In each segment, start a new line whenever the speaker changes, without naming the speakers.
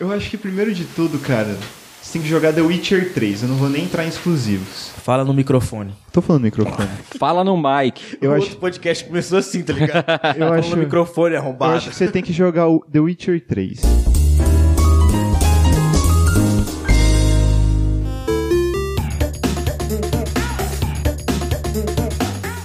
Eu acho que primeiro de tudo, cara, você tem que jogar The Witcher 3. Eu não vou nem entrar em exclusivos.
Fala no microfone.
Tô falando microfone.
Fala no Mike.
Eu
o
acho,
outro podcast começou assim, tá ligado? Falando
acho-
no microfone
eu
arrombado.
acho que você tem que jogar o The Witcher 3.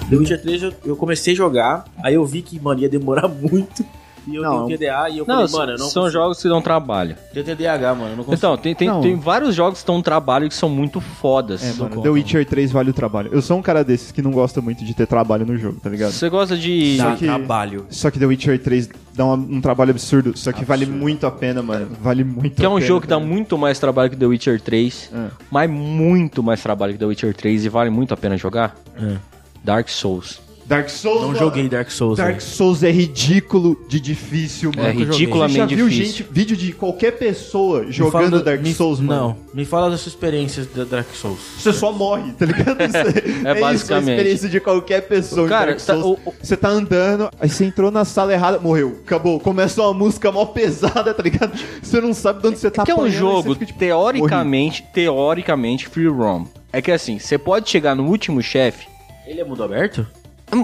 The Witcher 3 eu, eu comecei a jogar, aí eu vi que, mano, ia demorar muito. E eu
Não,
tenho TDA e eu
Não,
falei, mano, eu não
são
consigo.
jogos que dão trabalho.
Eu tenho TDAH, mano, eu não consigo.
Então, tem, tem,
Não.
tem vários jogos que dão trabalho que são muito fodas.
É, mano,
conta,
The Witcher 3 vale o trabalho. Eu sou um cara desses que não gosta muito de ter trabalho no jogo, tá ligado?
Você gosta de.
Só
Dá
que-
trabalho.
Só que The Witcher 3 dá um, um trabalho absurdo, só que vale muito a pena, mano. Vale muito
Que
a
é um
pena,
jogo que dá
velho.
muito mais trabalho que The Witcher 3,
É.
mas muito mais trabalho que The Witcher 3 e vale muito a pena jogar.
É.
Dark Souls.
Dark Souls.
Não
mano.
joguei Dark Souls.
Dark
né?
Souls é ridículo de difícil, mano.
É
joguei.
Você já
ridiculamente
viu
difícil.
gente, vídeo de qualquer pessoa
Me fala
jogando
do-
Dark
me-
Souls, mano?
Não, me fala das suas experiências da Dark Souls.
Você só morre, tá ligado? Você-
É
Isso, a
basicamente.
experiência de qualquer pessoa. em
Cara,
Dark
tá-
Souls.
o- o-
você tá andando, aí você entrou na sala errada, morreu, acabou. Começou uma música mó pesada, tá ligado? Você não sabe de onde você tá
que é um
apanhando, aí
jogo,
você fica, tipo,
teoricamente, teoricamente, free roam. É que assim, você pode chegar no último chefe.
Ele é mundo aberto?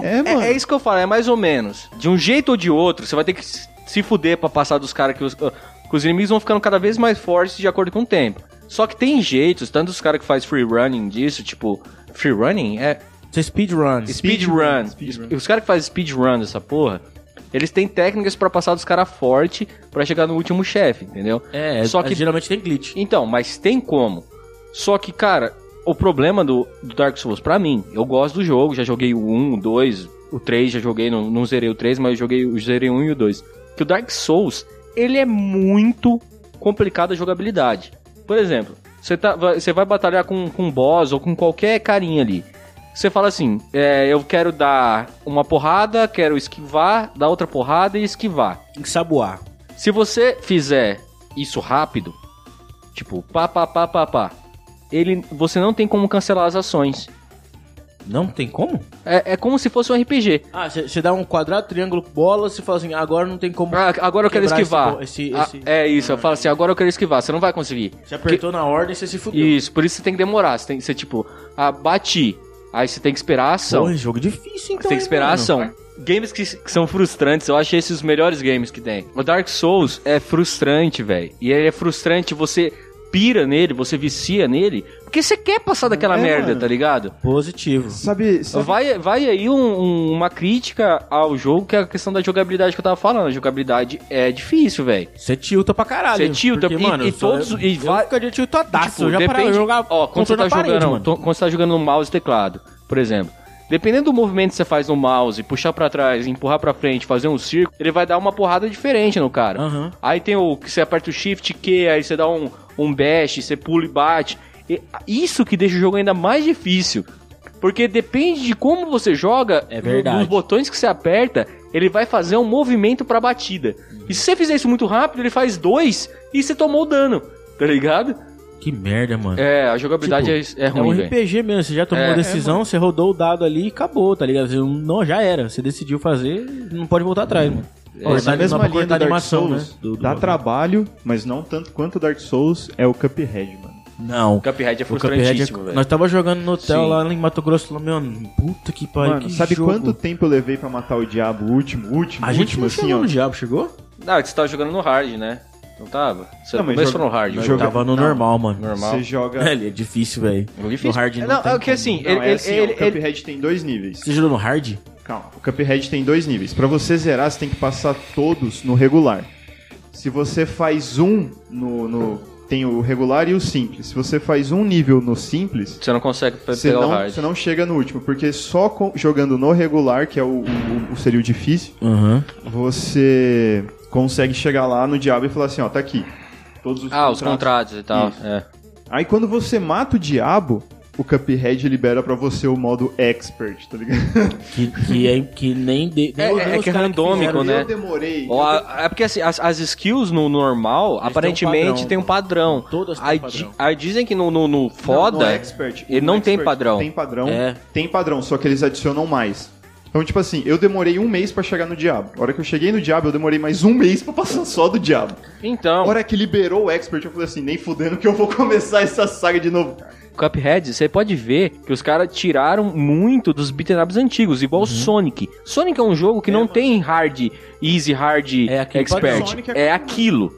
É, mano.
isso que eu falo, é mais ou menos. De um jeito ou de outro, você vai ter que se se fuder pra passar dos caras que os, ah, que os inimigos vão ficando cada vez mais fortes de acordo com o tempo. Só que tem jeitos, tanto os caras que faz free running disso, tipo, free running é
Você speedrun.
Speedrun.
Speedrun.
Os caras que fazem speedrun dessa porra, eles têm técnicas pra passar dos caras forte pra chegar no último chefe, entendeu?
É,
Só que-
geralmente tem glitch.
Então, mas tem como. Só que, cara, o problema do, do Dark Souls, pra mim, eu gosto do jogo, já joguei o 1, o 2, o 3, já joguei, não, não zerei o 3, mas eu joguei o zerei o 1 e o 2. Que o Dark Souls, ele é muito complicado a jogabilidade. Por exemplo, você, tá, vai- você vai batalhar com, com um boss ou com qualquer carinha ali. Você fala assim, é, eu quero dar uma porrada, quero esquivar, dar outra porrada e esquivar.
Tem que saboar.
Se você fizer isso rápido, tipo, pá, pá, pá, pá, pá, ele, você não tem como cancelar as ações.
Não tem como?
É, é como se fosse um RPG.
Ah, você dá um quadrado, triângulo, bola, você fala assim, agora não tem como.
Ah, agora eu quero
Quebrar
esquivar.
esse-
Ah,
esse-
é isso, eu
Ah.
falo assim, agora eu quero esquivar, você não vai conseguir.
Você apertou na ordem, você se fudeu.
Isso, por isso você tem que demorar, você tem que ser tipo, ah, bati, aí você tem que esperar a ação.
Porra, jogo difícil, então.
tem que
hein,
esperar a
mano?
ação. Games que, que são frustrantes, eu achei esses os melhores games que tem. O Dark Souls é frustrante, velho. E ele é frustrante, você pira nele, você vicia nele, porque você quer passar daquela
É,
merda,
mano.
tá ligado?
Positivo.
Sabe, sabe
Vai, vai aí um- um- uma crítica ao jogo, que é a questão da jogabilidade que eu tava falando. A jogabilidade é difícil, velho.
Você tilta pra caralho.
Você tilta,
porque,
e-
mano,
e
eu sou-
todos-
Eu,
e vai-
eu ficaria tiltadaço.
Tipo,
eu já parei de jogar
Ó, quando você
contra
tá
a parede,
jogando,
mano.
to- quando você tá jogando no mouse e teclado, por exemplo. Dependendo do movimento que você faz no mouse, puxar pra trás, empurrar pra frente, fazer um círculo, ele vai dar uma porrada diferente no cara.
Aham.
Aí tem o que você aperta o shift Q, aí você dá um um bash, você pula e bate. E isso que deixa o jogo ainda mais difícil. Porque depende de como você joga,
É verdade.
dos botões que você aperta, ele vai fazer um movimento pra batida. E se você fizer isso muito rápido, ele faz dois e você tomou dano, tá ligado?
Que merda, mano.
É, a jogabilidade é,
É
é
um
ruim, velho.
RPG mesmo, você já tomou
É.
uma decisão, você rodou o dado ali e acabou, tá ligado? Você não- não, já era. Você decidiu fazer, não pode voltar atrás, mano.
Ó,
Cortar-
na mesma
É, pra
linha do
cortar né?
Dark Souls,
Do- do-
dá trabalho, mas não tanto quanto o Dark Souls é o Cuphead, mano.
Não.
O Cuphead é
O Cuphead,
frustrantíssimo, velho.
nós tava jogando no hotel
Sim.
lá em Mato Grosso, lá, mano, puta que pariu,
mano,
que
sabe
jogo.
quanto tempo eu levei pra matar o diabo? O último, o último,
A
o
gente
último,
não
assim,
chegou
ó.
no diabo, chegou?
Não, é você tava jogando no hard, né? Não tava? Você
Não, mas
começou
joga-
no hard,
mas
o
Eu
jogo.
joga-
tava no
Não.
normal, mano.
normal.
Você joga.
É, ele é difícil, velho.
Jogo difícil.
No hard não,
Não,
tem
é que
como.
assim,
Não,
ele,
é assim, ó,
ele,
o
ele- ele-
Cuphead tem dois níveis.
Você jogou no hard?
Calma, o Cuphead tem dois níveis. Pra você zerar, você tem que passar todos no regular. Se você faz um no, no- tem o regular e o simples. Se você faz um nível no simples,
Você não consegue pe-
você
pegar o
não,
hard.
você não chega no último, porque só com- jogando no regular, que é o, o- o- seria o difícil,
Aham.
você consegue chegar lá no diabo e falar assim, ó, tá aqui. Todos os
Ah, os
contratos.
contratos e tal.
Isso.
É.
Aí quando você mata o diabo, o Cuphead libera pra você o modo expert, tá ligado?
Que, que, é, que nem... De, nem
É- é
os
que é
caras
randômico,
fizeram.
né?
Eu demorei.
Ou a- é porque assim, as, as skills no normal,
têm um
aparentemente
padrão.
tem um padrão.
Todas têm
Aí,
um padrão.
di- aí dizem que no, no, no foda.
Não, é. no expert,
ele
no
não tem
expert
padrão.
Tem padrão.
É.
Tem padrão, só que eles adicionam mais. Então, tipo assim, eu demorei um mês pra chegar no Diabo. A hora que eu cheguei no Diabo, eu demorei mais um mês pra passar só do Diabo. A
Então,
hora que liberou o Expert, eu falei assim, nem fudendo que eu vou começar essa saga de novo.
Cuphead, você pode ver que os caras tiraram muito dos beat'em ups antigos, igual o Sonic. Sonic é um jogo que não tem hard, easy, hard,
É aquele
expert.
Sonic é
é aquilo.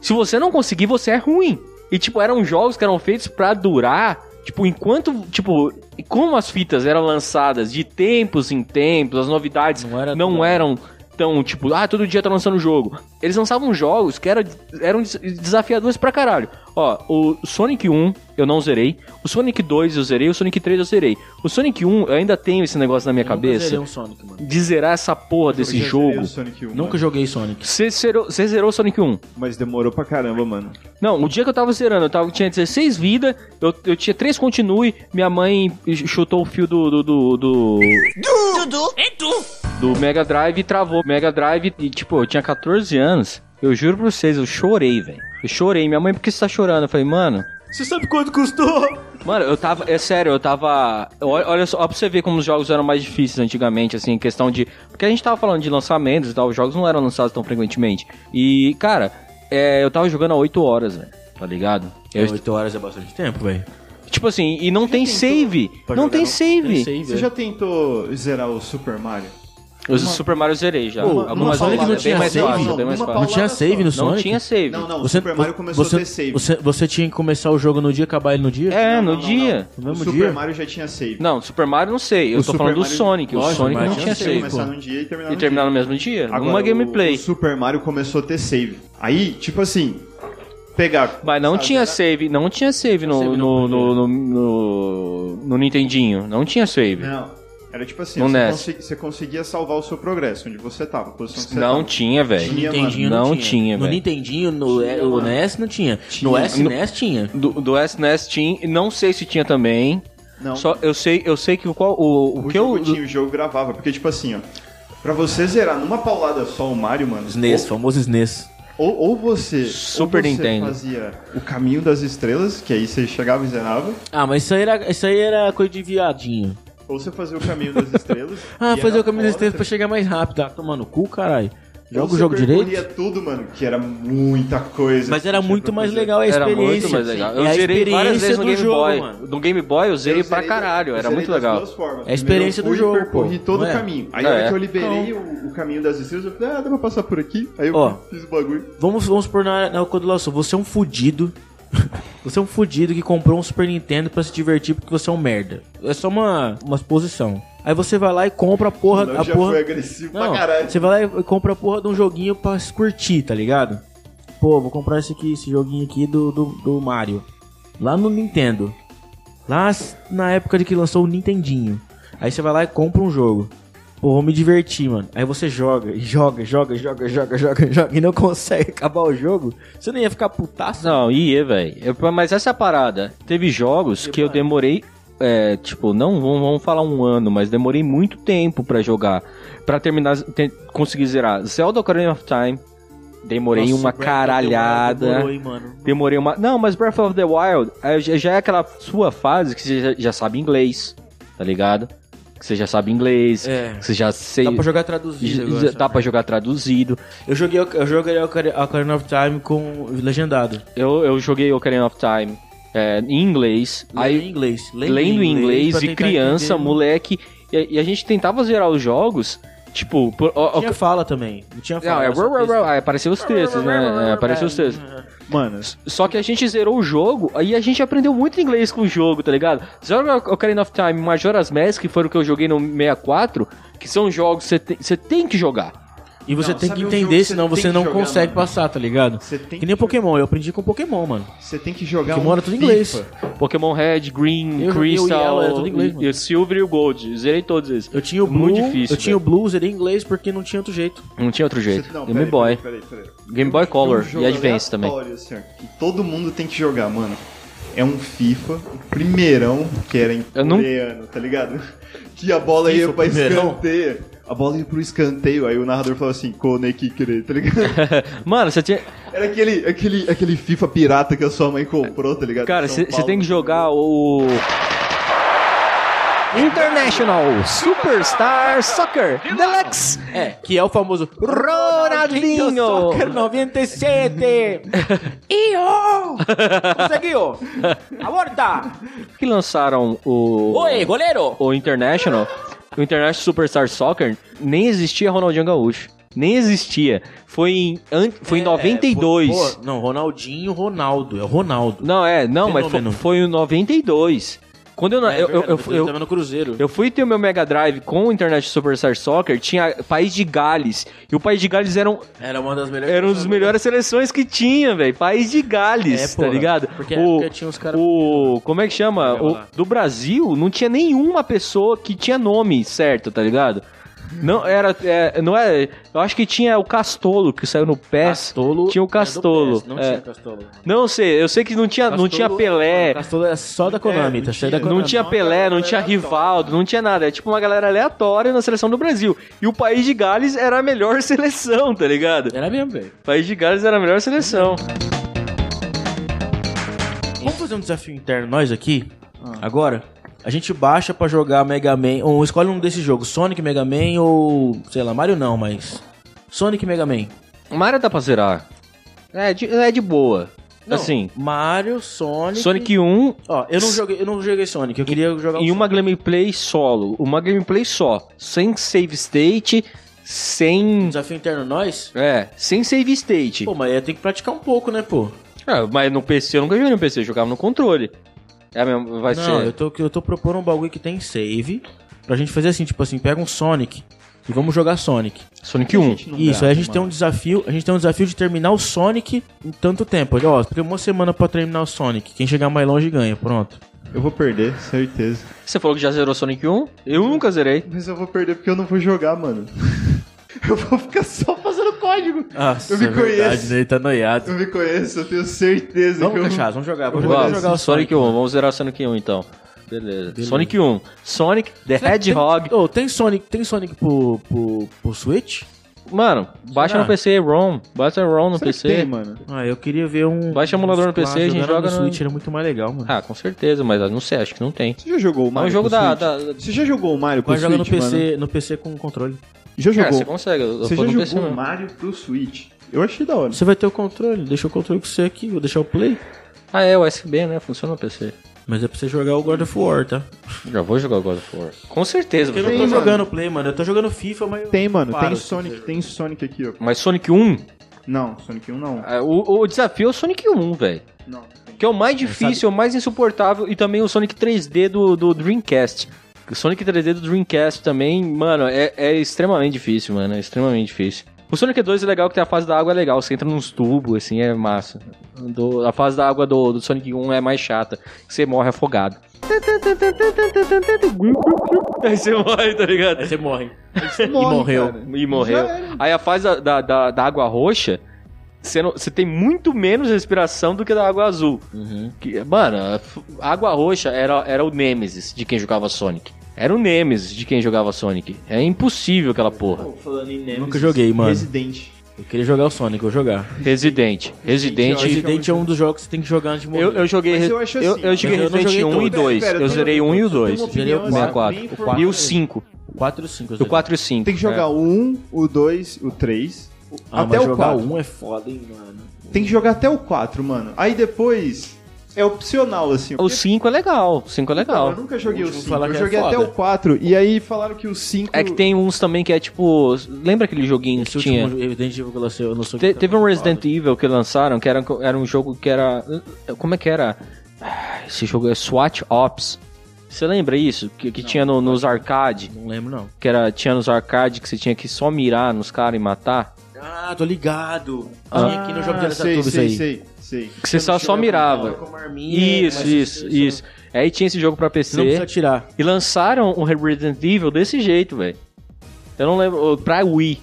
Se você não conseguir, você é ruim. E, tipo, eram jogos que eram feitos pra durar. Tipo, enquanto. Tipo, como as fitas eram lançadas de tempos em tempos, as novidades
Não era
não é
tudo.
eram tão, tipo, ah, todo dia tá lançando jogo. Eles lançavam jogos que era, eram des- desafiadores pra caralho. Ó, o Sonic 1 eu não zerei, o Sonic 2 eu zerei, o Sonic 3 eu zerei. O Sonic 1 eu ainda tenho esse negócio na minha
Nunca zerei
cabeça
um Sonic, mano.
de zerar essa porra desse
Eu já zerei o
jogo.
Sonic 1,
Nunca
mano.
joguei Sonic.
Você zerou, você zerou o Sonic 1?
Mas demorou pra caramba, mano.
Não, o dia que eu tava zerando, eu tava, tinha 16 vida, eu, eu tinha 3 continue, minha mãe chutou o fio do. do. do. do, do Mega Drive e travou o Mega Drive e, tipo, eu tinha 14 anos. Eu juro pra vocês, eu chorei, velho. Eu chorei. Minha mãe, por que você tá chorando? Eu falei, mano.
Você sabe quanto custou?
Mano, eu tava. É sério, eu tava. Olha, olha só, ó, pra você ver como os jogos eram mais difíceis antigamente, assim, em questão de. Porque a gente tava falando de lançamentos e tal, os jogos não eram lançados tão frequentemente. E, cara, é, eu tava jogando há 8 horas, velho. Tá ligado? Eu,
8 horas é bastante tempo, velho.
Tipo assim, e não tem save.
pra
Não
jogar
tem
no-
save.
Você já tentou zerar o Super Mario?
Os Super Mario eu zerei já.
Pô, numa
Algumas vezes
paulada,
bem
não tinha
mais
save?
fácil, bem mais
Numa
fácil.
Não tinha
Paulada
save
só.
no
Não
Sonic?
tinha save.
Não, não, o Super Mario começou
você,
a ter save.
Você, você tinha que começar o jogo no dia e acabar ele no dia?
É,
Não, não,
no
não,
dia.
não.
No mesmo
o Super
dia?
Mario já tinha save.
Não, Super Mario não sei. Eu
O
tô
Super
falando do
Mario-
Sonic. o
Lógico,
Sonic
mas
não
tinha
tinha
save,
save.
começar num dia e terminar
E
no
terminar
dia.
no mesmo dia?
Agora,
Numa gameplay.
O Super Mario começou a ter save. Aí, tipo assim, pegar.
Mas não
sabe,
tinha
era-
save, não tinha save no,
Save no
no, no, no, no- no Nintendinho. Não tinha save. Não,
Não. Era tipo assim,
No
você,
NES.
consegui- você conseguia salvar o seu progresso, onde você tava, a posição que você tava.
tinha,
No
velho.
Tinha,
Nintendinho
mano.
não,
Não
tinha.
tinha,
No
velho.
Nintendinho, no é, o NES não tinha. No
Tinha.
SNES tinha.
Do, do SNES tinha, não sei se tinha também.
Não.
Só eu sei, eu sei que o qual o, o
o
que
jogo
eu
tinha, o jogo gravava, porque tipo assim, ó. Pra você zerar numa paulada só o Mario, mano,
SNES, famoso SNES.
ou, ou você, ou
Super
você
Nintendo.
fazia o caminho das estrelas, que aí você chegava e zerava,
Ah, mas isso aí era, isso aí era coisa de viadinho.
ou você fazia o caminho das estrelas.
Ah,
que
fazer
era
o caminho das
foda,
estrelas pra chegar mais rápido. Ah, tomando cu, caralho.
ou
Joga
você
o jogo direito.
percorria tudo, mano, que era muita coisa.
Mas
que
era
tinha
muito
pra
mais
fazer.
legal a
era
experiência.
muito mais legal. Eu
é a
zerei várias
experiência
vezes no
do
Game
jogo,
Boy.
mano.
No Game Boy eu zerei pra
da-
caralho,
eu
era
zerei
muito
das
legal.
duas formas.
É a experiência
Primeiro eu
do
fui,
jogo, pô.
percorri todo
Não
o
é? Então-
caminho. Aí
É.
a hora que eu liberei o, o caminho das estrelas, eu falei, ah, dá pra passar por aqui? Aí eu
Ó.
fiz o bagulho.
Vamos, vamos supor na, na quando lançou, você é um fudido. Você é um fudido que comprou um Super Nintendo pra se divertir porque você é um merda. É só uma, uma exposição. Aí você vai lá e compra a porra.
Não,
a
já
porra...
foi agressivo
Não,
pra caralho.
você vai lá e compra a porra de um joguinho pra se curtir, tá ligado? Pô, vou comprar esse aqui, esse joguinho aqui do, do, do Mario. Lá no Nintendo. Lá s- na época de que lançou o Nintendinho. Aí você vai lá e compra um jogo. Pô, vou me divertir, mano. Aí você joga, e joga, joga, joga, joga, joga, joga e não consegue acabar o jogo. Você não ia ficar putaço?
Não, ia, velho. Eu- Mas essa é a parada. Teve jogos que eu demorei. é, tipo, não vamos, vamos falar um ano, mas demorei muito tempo pra jogar. Pra terminar, te- conseguir zerar. Zelda Ocarina of Time. Demorei
Nossa,
uma
o Breath of the Wild
caralhada.
demorou, hein, mano.
Demorei uma. Não, mas Breath of the Wild aí já já é aquela sua fase que você já, já sabe inglês, tá ligado? Que você já sabe inglês,
É.
que você já sei.
Dá pra jogar
já-
traduzido
já tá-
agora.
dá pra jogar traduzido.
Eu joguei, eu joguei Ocar- Ocarina of Time com legendado.
Eu, eu joguei Ocarina of Time é, em inglês.
Lendo
aí
em inglês.
lendo em inglês
pra
e
tentar
criança,
entender.
moleque. E, e a gente tentava zerar os jogos, tipo. Por, ó, ó,
Tinha fala também. Não tinha fala.
não, é,
era só texto.
ah, apareceu os textos, né? É, apareceu os textos.
Mano,
Só que a gente zerou o jogo, aí a gente aprendeu muito inglês com o jogo, tá ligado? Zelda Ocarina of Time e Majora's Mask, que foram o que eu joguei no 64, que são jogos que você tem, você tem que jogar.
E você
Não,
tem que
sabe um jogo
entender,
que
senão
você tem
você
que
não
jogar,
consegue
mano?
passar, tá ligado?
Você tem
que nem
que-
Pokémon, eu aprendi com Pokémon, mano.
você tem que jogar
Porque
um
mora tudo em
FIFA.
inglês.
Pokémon Red, Green,
Eu joguei o
Crystal,
Yellow, era tudo inglês,
e-
mano.
e o Silver e o Gold. Eu Zerei todos eles.
Eu tinha o Blue,
Muito difícil,
eu tinha o Blue, zerei em inglês porque não tinha outro jeito.
Não tinha outro jeito.
Você- não,
Game
peraí,
Boy.
peraí, peraí, peraí.
Game Boy
Tem um
Color
jogo
e é Advance também.
aleatório, assim, ó, que todo mundo tem que jogar, mano. É um FIFA, o primeirão, que era em
Eu não-
coreano, tá ligado? Que a bola ia
FIFA,
pra
primeirão?
escanteio. A bola ia pro escanteio, aí o narrador falou assim, Kone Kikere, tá ligado?
Mano, você tinha.
Era aquele, aquele, aquele FIFA pirata que a sua mãe comprou, tá ligado?
Cara,
Em São
você você tem
Paulo.
que jogar o.
International Superstar Soccer Deluxe
É, que é o famoso
Ronaldinho.
Soccer 97. Io! Conseguiu. Aborta.
que lançaram o.
Oi, goleiro.
o International, o International Superstar Soccer, nem existia Ronaldinho Gaúcho. Nem existia. Foi em, an- foi em 92.
É, Pô, não, Ronaldinho, Ronaldo. É o Ronaldo.
Não, é, não, mas foi,
Fenômeno.
foi em 92. Quando eu, na-
É
eu, eu,
verdade,
eu,
mas ele
eu-
tava no Cruzeiro.
eu fui ter o meu Mega Drive com o International Superstar Soccer, tinha País de Gales. E o País de Gales era, um,
Era uma das melhores.
era um uma das melhores seleções que tinha, velho. País de Gales,
É, pô,
tá ligado?
Porque na
o,
época tinha um uns caras.
o. Como é que chama?
Jogava
O-
lá.
do Brasil não tinha nenhuma pessoa que tinha nome certo, tá ligado? Não era. é, não é. Eu acho que tinha o Castolo que saiu no PES.
Castolo.
tinha o
era do
Castolo,
PES, Não
é.
tinha Castolo.
Não sei, eu sei que não tinha, não
Castolo-
tinha Pelé.
Castolo era um só da Konami,
É,
tá
não
cheio da
tinha-
Konami.
Não tinha
Não,
Pelé, não
não
tinha
era
Rivaldo, não tinha nada. É tipo uma galera aleatória na seleção do Brasil. E o País de Gales era a melhor seleção, tá ligado?
Era mesmo, velho.
O País de Gales era a melhor seleção.
Vamos fazer um desafio interno nós aqui? Agora? A gente baixa pra jogar Mega Man, ou escolhe um desses jogos, Sonic Mega Man ou, sei lá, Mario não, mas Sonic Mega Man.
Mario dá pra zerar. É de, é de boa.
Não,
Assim,
Mario, Sonic.
Sonic 1
Ó, eu não joguei, eu não joguei Sonic, eu queria jogar um o
em uma gameplay solo, uma gameplay só, sem save state, sem
desafio interno nós.
é, sem save state.
Pô, mas ia ter que praticar um pouco, né, pô?
Ah, mas no PC eu nunca joguei no PC, eu jogava no controle. É mesmo, vai
não,
ser.
eu tô, eu tô propondo um bagulho que tem save, pra gente fazer assim, tipo assim, pega um Sonic e vamos jogar Sonic.
Sonic 1.
Não
Isso,
dá,
aí a gente
mano.
tem um desafio, a gente tem um desafio de terminar o Sonic em tanto tempo. Ó, tem uma semana pra terminar o Sonic. Quem chegar mais longe ganha, pronto.
Eu vou perder, certeza.
Você falou que já zerou Sonic 1? Eu nunca zerei.
Mas eu vou perder porque eu não vou jogar, mano. eu vou ficar só fazendo código.
Nossa,
Eu me é verdade, conheço.
Ele tá noiado.
Eu me conheço, eu tenho certeza
Vamos,
que eu...
Cachaça, vamos jogar. Vamos
Eu vou
jogar,
Vamos,
nessa.
jogar o Sonic.
Sonic 1, vamos zerar Sonic 1 então. Beleza. Sonic 1. Sonic the Hedgehog.
Ô, tem Sonic, tem Sonic pro, pro, pro Switch?
Mano, baixa
Será?
no PC, ROM. Baixa ROM no
Será que
PC.
tem, mano?
Ah, eu queria ver um...
Baixa o emulador no PC, a gente
Jogando
joga
no
no-
Switch, era muito mais legal, mano.
Ah, com certeza, mas eu não sei, acho que não tem.
Você já jogou o
É
Mario
um jogo
pro
da,
Switch?
da-
Você já jogou o Mario pro
Vai jogar no
Switch, mano?
PC, no PC com o controle.
Já
Cara,
jogou?
você consegue. Eu
Você
tô
já
no PC
jogou o
mesmo.
Mario pro Switch? Eu achei da hora.
Você vai ter o controle, deixa o controle com você aqui, vou deixar o play.
Ah, é, USB, né? Funciona no PC.
Mas é pra você jogar o God of War, tá?
Já vou jogar o God of War. Com certeza, vou
Eu não
jogar.
tô
mano.
jogando play, mano. Eu tô jogando FIFA, mas... eu- assim,
Tem, mano.
Para,
tem
se
Sonic, tem Sonic aqui, ó.
Mas Sonic 1?
Não, Sonic 1 não.
ah, O, o desafio é o Sonic 1, velho.
Não. tem.
Que é o mais difícil, o mais insuportável. E também o Sonic 3D do, do Dreamcast. O Sonic 3D do Dreamcast também, mano, é, é extremamente difícil, mano. É extremamente difícil. O Sonic 2 é legal, que tem a fase da água é legal. Você entra nos tubos, assim, é massa. Do- a fase da água do, do Sonic 1 é mais chata. que Você morre afogado. Aí você morre, tá ligado?
Aí você morre.
Morre,
morreu.
cara.
E morreu.
Já era.
Aí a fase da, da, da- da água roxa, você, não- você tem muito menos respiração do que da água azul. Que, mano, a f- a água roxa era, era o Nemesis de quem jogava Sonic. Era o Nemesis de quem jogava Sonic. É impossível aquela porra.
Nunca joguei, mano.
Resident.
Eu queria jogar o Sonic, eu vou jogar.
Resident. Resident.
Resident,
Resident é um dos jogos que você tem que jogar antes de morrer.
Eu, eu joguei.
Mas
Eu,
eu acho
eu,
assim, ó.
joguei
Mas eu não joguei
Resident 1
todos.
e 2.
Pera,
Eu
tem-
zerei 1 e o 2.
tem uma
Zerei um
opinião,
o
assim,
64.
bem
quatro.
E o
formada.
5.
4 e 5.
O 4 e o né? 5.
Tem que jogar
né?
o 1, o 2, o 3.
Ah,
até
mas
o
jogar
4.
um é foda, hein, mano.
Tem que jogar até o 4, mano. Aí depois é opcional, assim.
O 5 é legal. O 5 é legal.
Eu nunca joguei o 5.
falar
Eu
que é
joguei até
foda.
o 4. E aí falaram que o 5.
É que tem uns também que é tipo. Lembra aquele joguinho
Esse
que tinha?
último Resident Evil que eu lancei, eu não sou...
Te- teve um Resident Evil que lançaram que era, era um jogo que era. Como é que era? Ah, Esse jogo é SWAT Ops. Você lembra isso? Que, que tinha no- nos arcade?
Não lembro, não.
Que era, tinha nos arcade que você tinha que só mirar nos caras e matar?
Ah, tô ligado.
Ah.
Tinha aqui no jogo de
sei,
Tubos
sei,
aí.
sei, sei.
Que você só, só mirava.
Com uma arminha,
Isso,
mas
isso,
você-
isso. Aí tinha esse jogo pra
Você não precisa
PC.
atirar.
E lançaram um Resident Evil desse jeito, velho. Eu não lembro. ou Pra Wii.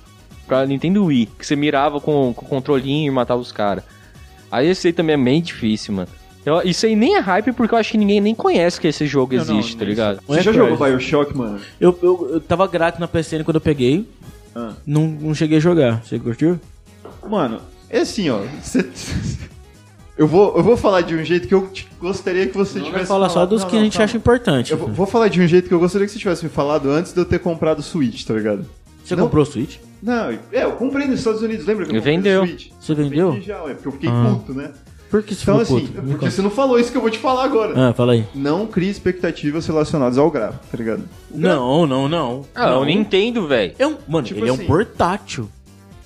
Pra Nintendo Wii. Que você mirava com, com o controlinho e matava os caras. Aí esse aí também é meio difícil, mano. Eu- isso aí nem é hype porque eu acho que ninguém nem conhece que esse jogo
Não, não,
existe, tá
não
ligado?
Você
é
já jogou Bioshock, mano?
Eu, eu, eu tava grato na PSN quando eu peguei.
Ah.
Não, não cheguei a jogar. Você curtiu?
Mano, é assim, ó. Você Eu vou, eu vou falar de um jeito que eu te- gostaria que você
A gente vai
tivesse.
falar só
falado.
dos
Não,
que
não, tá
a gente
calma.
acha importante.
Eu vou- vou falar de um jeito que eu gostaria que você tivesse me falado antes de eu ter comprado o Switch, tá ligado?
Você
não-
comprou o Switch?
Não, é, eu comprei nos Estados Unidos, lembra que eu
E
comprei
vendeu.
o Switch?
Você vendeu?
Vendi já, é porque eu fiquei
Ah.
puto, né?
Por que você
Então
ficou
assim,
puto? Me
porque
conta.
você não falou isso que eu vou te falar agora.
Ah, fala aí.
Não crie expectativas relacionadas ao gráfico, tá ligado?
Não, não, não.
Ah, eu nem entendo, velho.
É um, mano,
Tipo
ele é
assim.
um portátil.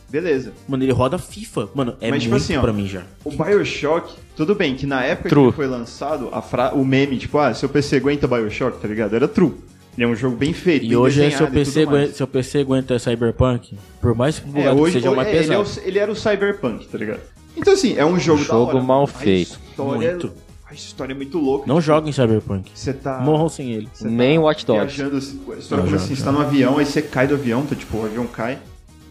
Beleza.
Mano, ele roda FIFA. Mano, é
Mas, tipo
muito
assim, ó,
pra mim já.
O Bioshock, tudo bem que na época
True.
que ele foi lançado, a fra- o meme, tipo, ah, seu PC aguenta Bioshock, tá ligado? Era true. Ele é um jogo bem feito.
E
bem
hoje é
desenhado
seu
e
PC,
tudo mais.
aguenta, seu PC aguenta Cyberpunk, por mais que
É,
hoje,
hoje
seja uma
é, ele, é
pesada.
o, ele era o Cyberpunk, tá ligado? Então, assim, é um jogo da
Jogo
hora.
mal
A
feito.
História,
Muito.
A história é muito louca.
Não joguem Cyberpunk.
Você tá.
Morram sem ele.
Você
Nem Watch
tá
Dogs.
viajando. assim, A história
Não,
começa
já,
assim:
já.
você tá no avião, aí você cai do avião, tá tipo, o avião cai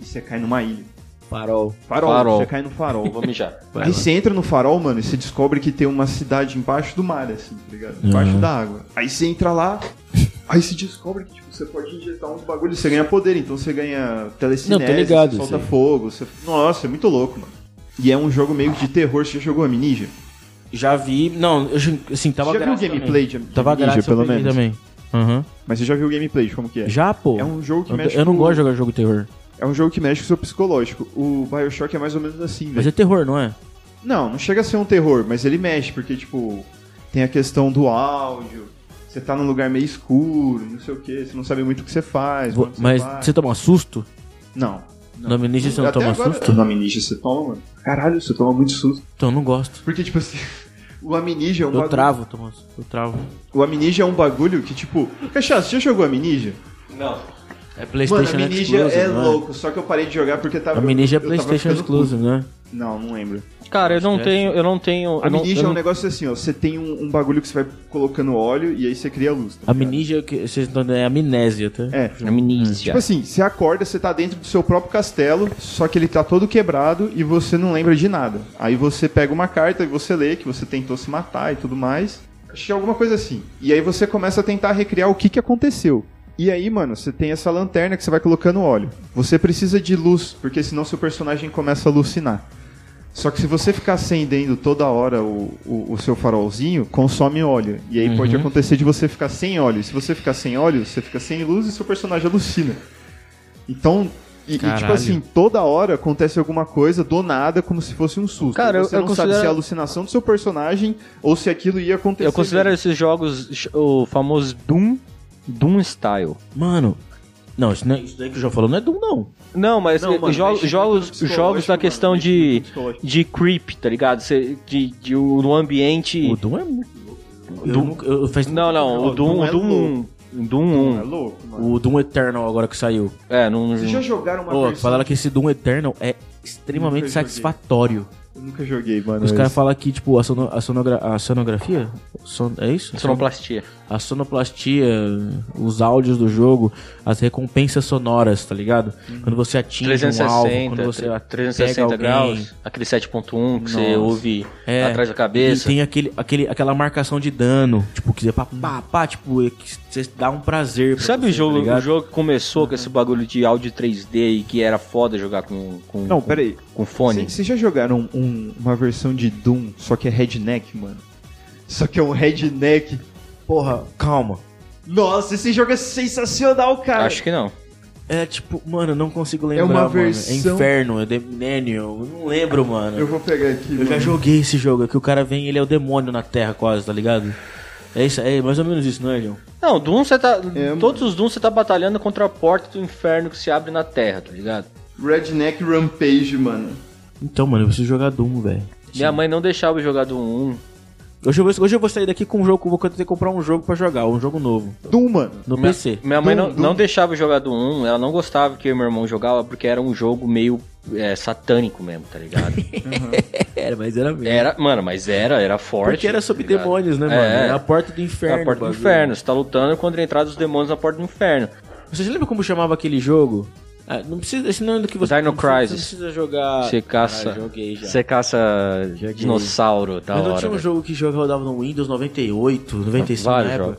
e você cai numa ilha.
Parol.
Farol,
Farol.
você cai no farol.
Vou mijar.
Aí você entra no farol, mano, e você descobre que tem uma cidade embaixo do mar, assim, tá ligado? Embaixo
Uhum.
da água. Aí você entra lá, aí você descobre que tipo, você pode injetar uns bagulhos, você ganha poder, então você ganha telecinese,
Não, tô ligado,
você solta
sim.
fogo, você... Nossa, é muito louco, mano. E é um jogo meio de terror, você já jogou Amnesia?
Já vi. Não, eu, assim, tava
você já viu o
grátis também.
gameplay de Am-
Tava
de
grátis,
Amnesia,
eu
pelo
peguei
menos?
também. Aham.
Mas você já viu o gameplay de como que é?
Já, pô.
É um jogo que
eu,
mexe
eu não
com-
gosto de jogar jogo de terror.
É um jogo que mexe com o seu psicológico. O Bioshock é mais ou menos assim, velho.
Mas é terror, não é?
Não, não chega a ser um terror, mas ele mexe, porque, tipo, tem a questão do áudio, você tá num lugar meio escuro, não sei o que, você não sabe muito o que você faz.
Vo-
quando você
Mas
faz.
você toma susto?
Não. Não.
No Amnesia você não
Até
toma
agora-
susto?
No Amnesia você toma, mano. Caralho, você toma muito susto.
Então eu não gosto.
Porque, tipo assim, o Amnesia é um
Eu
bagulho...
travo, Thomas. Eu travo.
O Amnesia é um bagulho que, tipo... Cachaça, você já jogou Amnesia?
Não.
É
Mano,
PlayStation
Amnesia
Exclusive,
é
não
louco, só que eu parei de jogar porque tava...
Amnesia é
eu tava
PlayStation
ficando puto.
Exclusive, né?
Não, não lembro.
Cara, eu não tenho. Eu não tenho. Eu não,
Amnesia
eu
é um
não,
negócio assim, ó. Você tem um, um bagulho que você vai colocando óleo e aí você cria luz. Tá ligado?
Amnesia, que vocês estão é amnésia, tá?
É.
amnesia.
Tipo assim, você acorda, você tá dentro do seu próprio castelo, só que ele tá todo quebrado e você não lembra de nada. Aí você pega uma carta e você lê que você tentou se matar e tudo mais. Acho que é alguma coisa assim. E aí você começa a tentar recriar o que, que aconteceu. E aí, mano, você tem essa lanterna que você vai colocando óleo. Você precisa de luz, porque senão seu personagem começa a alucinar. Só que se você ficar acendendo toda hora o, o, o seu farolzinho, consome óleo. E aí
Uhum.
pode acontecer de você ficar sem óleo. Se você ficar sem óleo, você fica sem luz e seu personagem alucina. Então, e, e, tipo
Caralho.
assim, toda hora acontece alguma coisa do nada, como se fosse um susto.
Cara, eu-
você
eu
não sabe
considero-
se é a alucinação do seu personagem ou se aquilo ia acontecer.
Eu considero
mesmo.
esses jogos o famoso Doom. Doom Style.
Mano, não, isso, não, isso daí que eu já falou não é Doom, não.
Não, mas
Não, mano,
jo-
mexe
jogos,
muito no
jogos da
psicológico,
questão
mano, mexe
de,
muito no psicológico.
de creep, tá ligado? Cê- de, de um um ambiente.
O Doom é muito. Eu nunca- eu- faz-
Não, não, o
Não,
Doom,
Doom é
o Doom 1.
louco.
O Doom
É
1.
louco, mano.
O Doom Eternal agora que saiu.
É, não.
Vocês já jogaram uma
Ô,
versão-
falaram que esse Doom Eternal é
Nunca
extremamente
joguei.
satisfatório.
Eu nunca joguei, mano.
Os
esse.
caras falam que, tipo, a, sono, a, sonogra- a sonografia. son- é isso?
Sonoplastia.
a sonoplastia, os áudios do jogo, as recompensas sonoras, tá ligado?
Uhum.
Quando você atinge um alvo, quando você
tre-
pega
360
alguém.
graus, aquele 7.1 que você
Nossa.
ouve
É.
atrás da
E
cabeça.
tem aquele, aquele, aquela marcação de dano, tipo, que você pá, pá, pá, tipo, é que você dá um prazer. pra
Uhum. Sabe
você,
o jogo,
tá ligado?
o jogo que começou com esse bagulho de áudio 3D e que era foda jogar com, com,
Não,
com,
peraí.
com fone?
Vocês vocês já jogaram um- uma versão de Doom, só que é redneck, mano? Só que é um redneck.
Porra, calma.
Nossa, esse jogo é sensacional, cara.
Acho que não.
É tipo, mano, eu não consigo lembrar,
uma
mano.
versão-
É Inferno, é Demônio, eu não lembro, mano.
Eu
Eu,
vou pegar aqui.
já
mano.
joguei esse jogo, é que o cara vem ele é o demônio na Terra quase, tá ligado? É isso, é mais ou menos isso, não é, João?
Não, Doom você tá.
É, mano.
todos os Doom você tá batalhando contra a porta do inferno que se abre na terra, tá ligado?
Redneck Rampage, mano.
Então, mano, eu preciso jogar Doom, velho.
Minha mãe não deixava eu jogar Doom 1.
Hoje eu, vou, hoje eu vou sair daqui com um jogo, vou ter que comprar um jogo pra jogar, um jogo novo.
Doom, mano.
No
Minha,
PC.
minha mãe
Doom,
não,
Doom.
não deixava eu jogar Doom 1, ela não gostava que eu e meu irmão jogava porque era um jogo meio é, satânico mesmo, tá ligado?
Era, mas era mesmo.
Era, mano, mas era, era forte.
Porque era sobre
tá ligado?
demônios, né,
É,
mano? Era a porta do inferno.
Era a porta do
bagulho.
inferno. Você tá lutando contra a entrada dos demônios na porta do inferno.
Vocês lembram como chamava aquele jogo? Ah, não precisa, esse não é do que você...
Dino
não precisa-
Crisis.
Você não precisa jogar...
Você caça.
Ah, joguei já.
Você caça
Joguei.
dinossauro, da
Mas não
Tá hora.
tinha um
velho.
jogo que joga rodava no Windows 98, 95
Vários
na época.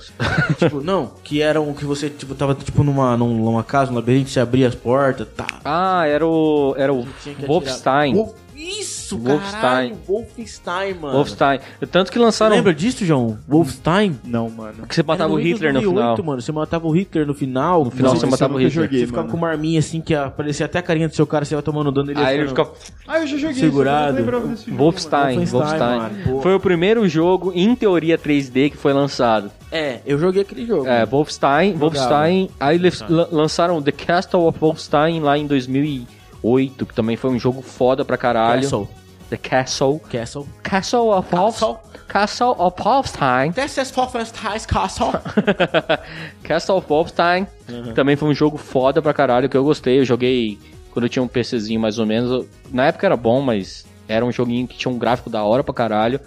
jogos.
tipo, não, que era um que você, tipo, tava, tipo, numa, num- numa casa, um num labirinto, você abria as portas, tá.
Ah, era o. Era o
Tinha que atirar.
Wolfenstein.
Isso! Isso,
Wolfenstein.
caralho, Wolfenstein, mano.
Wolfenstein. Tanto que
Você
lançaram.
lembra disso, João? Wolfenstein?
Não, mano.
Que você matava
Era
o
Windows
Hitler no
2008,
final.
mano. Você matava o Hitler no final. No
final você
Nossa,
matava o
eu nunca
Hitler.
joguei,
Você ficava
mano.
com uma arminha assim que aparecia até a carinha do seu cara, você vai tomando dano ele ia
Aí ele
ficando-
fica.
Ah, eu já joguei.
Segurado.
isso, eu não lembrava desse jogo,
Wolfenstein,
Wolfenstein,
Wolfenstein.
mano, pô.
Foi o primeiro jogo, em teoria 3D, que foi lançado.
É, eu joguei aquele jogo.
É, Wolfenstein, Wolfenstein. Aí eles la- lançaram The Castle of Wolfenstein lá em 2008, que também foi um jogo foda pra caralho.
Castle.
The Castle.
Castle.
Castle of Wolfenstein. Castle of Wolfenstein.
This is Wolfenstein's Castle.
Castle of Wolfenstein. que Também foi um jogo foda pra caralho que eu gostei. Eu joguei quando eu tinha um PCzinho mais ou menos. Eu- Na época era bom, mas era um joguinho que tinha um gráfico da hora pra caralho.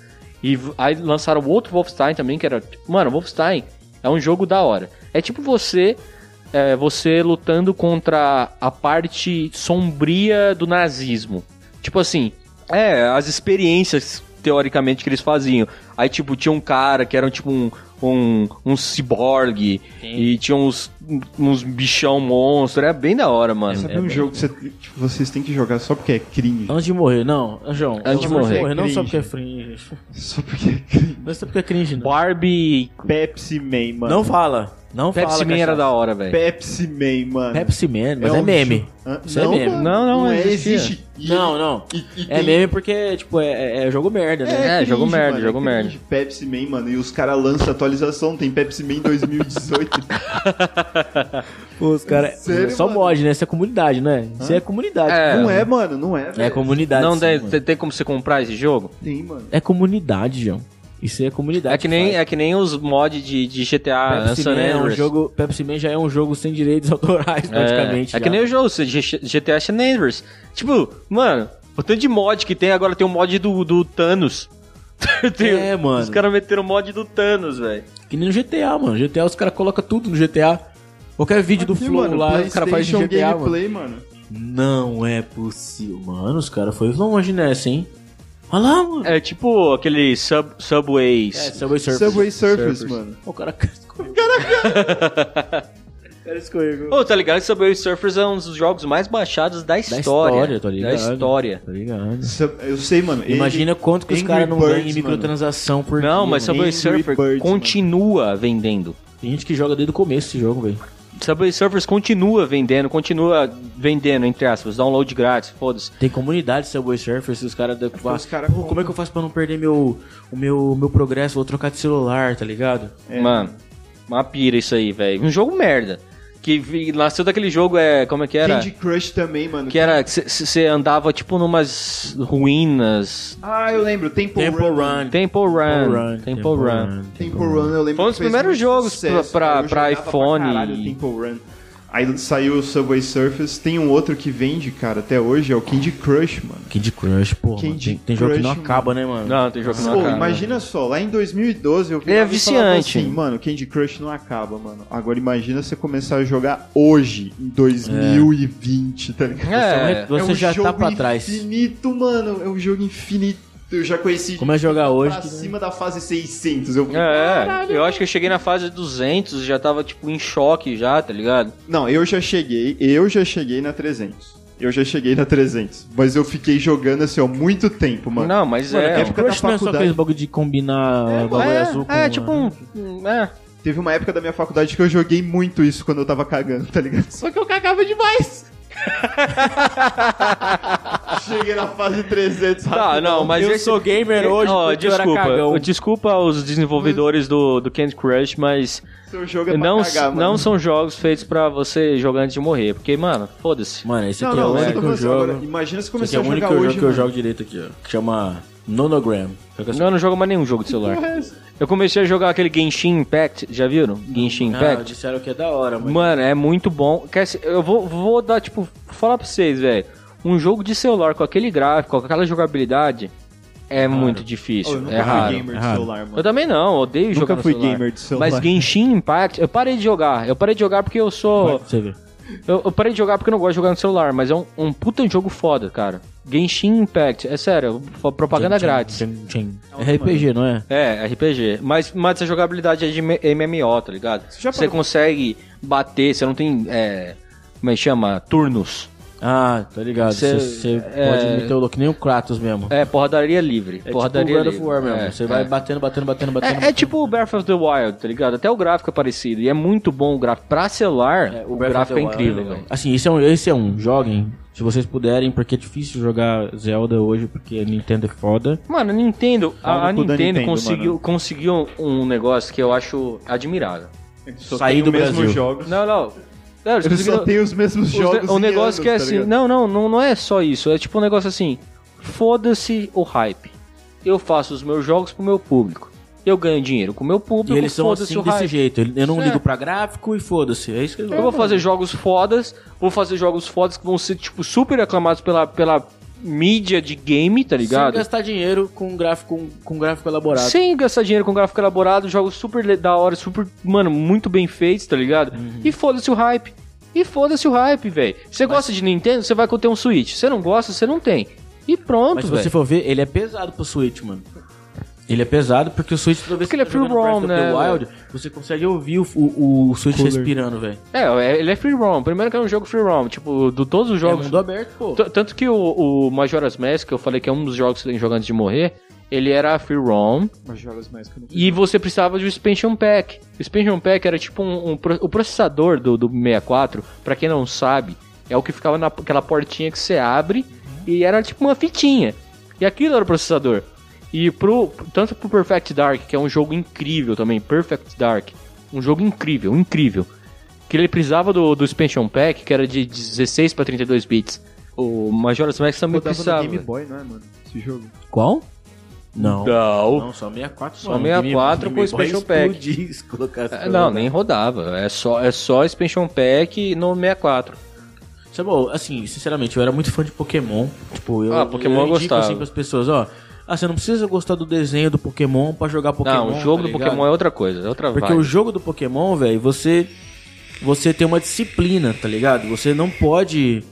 E v- aí lançaram outro Wolfenstein também, que era. tipo, Mano, Wolfenstein é um jogo da hora. É tipo você. é, você lutando contra a parte sombria do nazismo. Tipo assim, é, as experiências, teoricamente, que eles faziam. Aí, tipo, tinha um cara que era tipo um. Um, um ciborgue e tinha uns, uns bichão monstro, era bem da hora, mano.
É,
Sabe um jogo que você- tipo, vocês têm que jogar só porque é cringe?
Antes de morrer, não, João.
Antes de morrer.
não
Cringe.
só porque é cringe.
Só porque é cringe.
Não é só porque é cringe, não.
Barbie.
Pepsi Man, mano.
Não fala. Não fala.
Pepsi Man era
cachaça.
da né? hora, velho.
Pepsi Man, mano.
Pepsi Man, mas é,
um
meme.
jo- Hã?
Isso é meme.
mano,
Não, não, existia.
existe. E
Não, não.
ele- e- e
É
tem-
meme porque, tipo, é, é jogo merda, né?
É, jogo merda,
mano,
jogo
cringe.
merda.
Pepsi Man, mano, e os caras lançam atualização, tem Pepsi Man 2018.
Os caras.
Sério,
Só
mano?
mod, né? Isso é comunidade, né? Isso é comunidade.
É.
não é, mano, não é.
É
velho.
comunidade.
Não
sim,
tem-
mano.
tem, tem como você comprar esse jogo?
Tem, mano.
É comunidade, João. Isso é comunidade.
É que nem,
faz.
é que nem os mods de, de GTA
Pepsi
San
Man é um
Andreas.
jogo, Pepsi Man já é um jogo sem direitos autorais, praticamente.
É, é que
já.
nem o jogo se- G- GTA San Andreas. Tipo, mano, o tanto de mod que tem, agora tem o mod do, do Thanos. Tem-
É, mano.
Os caras meteram o mod do Thanos, velho.
Que nem no GTA, mano. GTA, os caras colocam tudo no GTA. Qualquer vídeo do
Aqui,
Flow
mano,
lá, os caras fazem
PlayStation
GTA, mano.
gameplay, mano.
Não é possível. Mano, os caras foram longe nessa, hein? Olha lá, mano.
É tipo aquele sub, Subways.
É, Subway Surfers.
Subway Surfers, mano.
O cara cascou. É,
Ô, tá ligado que Subway Surfers é um dos jogos mais baixados da história.
história, tô ligado.
Da história.
Tá ligado?
Sub- Eu sei, mano. ele-
Imagina quanto que os
Angry
caras não
Birds,
ganham em
mano.
microtransação por
Não,
dia,
mas
mano.
Subway Surfers
Birds,
continua vendendo.
Tem gente que joga desde o começo esse jogo, velho.
Subway Surfers continua vendendo, continua vendendo, entre aspas, download grátis, foda-se.
Tem comunidade Subway Surfers, os caras... da-
os cara
Pô, Como é que eu faço pra não perder meu, o meu, meu progresso? Vou trocar de celular, tá ligado?
É.
Mano, uma pira isso aí, velho. Um jogo merda. Que vi- nasceu daquele jogo, é. Como é que era?
Candy Crush também, mano.
Que é era. Você andava tipo numas ruínas.
Ah, eu lembro. Temple, Run.
Temple Run. Temple Run.
Temple Run, eu lembro.
Foi um dos
que fez
primeiros
muito
jogos
sucesso,
pra-
cara. Eu
pra
jogava
iPhone.
Pra caralho, Temple Run. Aí saiu o Subway Surfers. Tem um outro que vende, cara, até hoje. É o Candy Crush, mano.
Candy Crush, pô. mano,
Candy
tem, tem jogo que não
Crush,
acaba, né, mano?
Não, tem jogo que não
Pô,
acaba.
imagina só, lá em 2012 eu vi
É
e falava
viciante.
assim, mano, Candy Crush não acaba, mano. Agora imagina você começar a jogar hoje, em 2020, tá ligado?
É,
Você já tá pra trás.
infinito, mano. É um jogo infinito. Eu já conheci
Como é jogar hoje?
pra cima da fase 600. Eu...
é, eu acho que eu cheguei na fase 200 e já tava, tipo, em choque já, tá ligado?
Não, eu já cheguei, eu já cheguei na 300. Eu já cheguei na 300. Mas eu fiquei jogando assim, ó, muito tempo, mano.
não, mas
Mano,
é...
é época da
Crush não é só
faculdade.
aquele bagulho de combinar
É,
bagulho
é,
azul com...
é, tipo um... um- É.
Teve uma época da minha faculdade que eu joguei muito isso quando eu tava cagando, tá ligado? Só que eu cagava demais. Cheguei na fase 300.
Tá, não, mas
eu
esse- é,
sou gamer hoje
Ó,
porque eu era
desculpa,
cagão.
desculpa aos desenvolvedores do, do Candy Crush, mas
Seu jogo é pra
não,
cagar, mano.
não são jogos feitos pra você jogar antes de morrer, porque, mano, foda-se.
Mano, esse
Não,
aqui
não,
é o
você
único que eu
começou
jogo...
agora. Imagina se
Esse aqui é
começar
o
a
único
jogar
que eu jogo
hoje,
que eu
mano.
jogo direito aqui, ó. Que chama Nonogram. Joga assim.
Não, eu não jogo mais nenhum jogo de celular.
é
Eu comecei a jogar aquele Genshin Impact, já viram? Genshin
Ah,
Impact.
disseram que é da hora, mano.
Mano, é muito bom. Quer se- Eu vou, vou dar, tipo, falar pra vocês, velho. Um jogo de celular com aquele gráfico, com aquela jogabilidade, é muito
Oh, eu
difícil.
nunca
é
fui
raro.
gamer
é
de
raro.
celular,
Eu
mano.
também não, eu odeio
Nunca
jogar no
fui
celular.
gamer de celular.
Mas Genshin Impact, eu parei de jogar. Eu parei de jogar porque eu
Vai,
sou.
pra Você vê.
Eu, eu parei de jogar porque eu não gosto de jogar no celular, mas é um, um puta jogo foda, cara. Genshin Impact, é sério, f- propaganda
Tchim,
grátis.
tchim, tchim. É RPG, não é?
É, RPG. Mas, mas a jogabilidade é de M- MMO, tá ligado?
já
Você consegue bater, você não tem. É, como é que chama? Turnos.
Ah, tá ligado.
Você-
Você você
é-
pode meter o louco que nem o Kratos mesmo.
É, porradaria livre.
É
porradaria
tipo o God of
livre.
War mesmo.
É,
você vai
é.
batendo, batendo, batendo, batendo.
É, é tipo o Breath of the Wild, tá ligado? Até o gráfico é parecido. E é muito bom o gráfico. Pra celular, o, gráfico é incrível, velho.
Assim, esse é, um, esse é um. Joguem, se vocês puderem, porque é difícil jogar Zelda hoje, porque a Nintendo é foda.
Mano, a Nintendo,
Fala
a, a
no cu da
Nintendo,
Nintendo,
conseguiu,
mano.
conseguiu um negócio que eu acho admirável.
Só tem
Sair do
os mesmos
Brasil.
jogos.
Não, não. não eles
Eles só
conseguiram-
têm os mesmos
os ne-
jogos.
O
em
negócio que é
anos, tá
assim.
ligado?
não, não, não, não é só isso. É tipo um negócio assim. Foda-se o hype. Eu faço os meus jogos pro meu público. Eu ganho dinheiro com o meu
E
público.
eles são
Então foda-se
assim
o
desse
hype.
jeito. Eu não
É.
ligo pra gráfico e foda-se. É isso que eles
Eu vou fazer jogos fodas, vou fazer jogos fodas que vão ser, tipo, super aclamados pela, pela mídia de game, tá
Sem
ligado?
gastar dinheiro com gráfico, com, com gráfico elaborado.
Sem gastar dinheiro com gráfico elaborado, jogos super le- da hora, super, mano, muito bem feitos, tá ligado?
Uhum.
E foda-se o hype. E foda-se o hype, velho. Você gosta de Nintendo, você vai ter um Switch. Você não gosta, você não tem. E pronto,
Mas se você
velho.
for ver, ele é pesado pro Switch, mano. Ele é pesado porque o Switch, toda vez
Porque ele é
você tá jogando
free roam,
Breath of the
né,
Wild, você consegue ouvir o, o, o Switch respirando, velho.
É, é, ele é free roam. Primeiro que é um jogo free roam. Tipo, de todos os
É
jogos.
mundo aberto, pô.
T- Tanto que o, o Majora's Mask, que eu falei que é um dos jogos que você tem que jogar antes de morrer, ele era free roam.
Os jogos mais que eu não
E você precisava de um expansion pack. O expansion pack era tipo um, um pro- o processador do, do 64, pra quem não sabe, é o que ficava naquela portinha que você abre e era tipo uma fitinha. E aquilo era o processador. E pro tanto pro Perfect Dark, que é um jogo incrível também, Perfect Dark, um jogo incrível, incrível. Que ele precisava do, do expansion pack, que era de 16 pra 32 bits. O Majora's Mask também
Rodava
precisava.
no Game Boy, não é, mano? Esse jogo.
Qual? Não.
Não,
Não, só 64
Só
Game-
64 com
Game Boy
Special Pack.
explodir, se colocasse
É,
pra
Não,
rodar.
nem rodava. É só, é só expansion pack no 64.
Samuel, assim, sinceramente, eu era muito fã de Pokémon. Tipo, eu,
Ah, Pokémon eu
indico,
gostava.
assim pras pessoas, ó. Ah, você não precisa gostar do desenho do Pokémon pra jogar Pokémon.
não, o jogo
tá
do
ligado?
Pokémon é outra coisa, é outra
Porque
vibe.
o jogo do Pokémon, velho, você você tem uma disciplina, tá ligado? Você não pode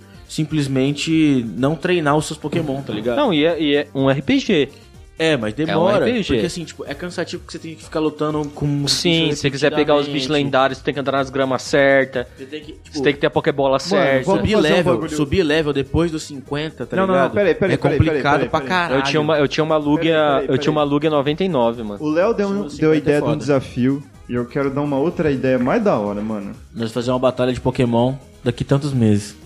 simplesmente não treinar os seus Pokémon, tá ligado?
Não, e é, e é um RPG.
É, mas
um
demora.
RPG.
Porque assim, tipo, é cansativo porque você tem que ficar lutando com os
Sim,
bichos
se você quiser pegar os bichos
repetidamente.
lendários, você tem que andar nas gramas certas,
Você tem que, tipo,
você tem que ter a Pokébola certa.
vamos-
subir
fazer um
level,
bagulho.
subir level depois dos 50, tá
Não, não,
ligado?
não, peraí, peraí,
É
peraí,
complicado
peraí, peraí,
pra
peraí.
caralho.
eu tinha uma, eu tinha uma Lugia,
Peraí, peraí,
eu
peraí.
tinha uma Lugia 99, mano.
O Léo deu,
Sim,
deu a
50 é
ideia de um
foda.
desafio e eu quero dar uma outra ideia mais da hora, mano.
Nós fazer uma batalha de Pokémon daqui tantos meses.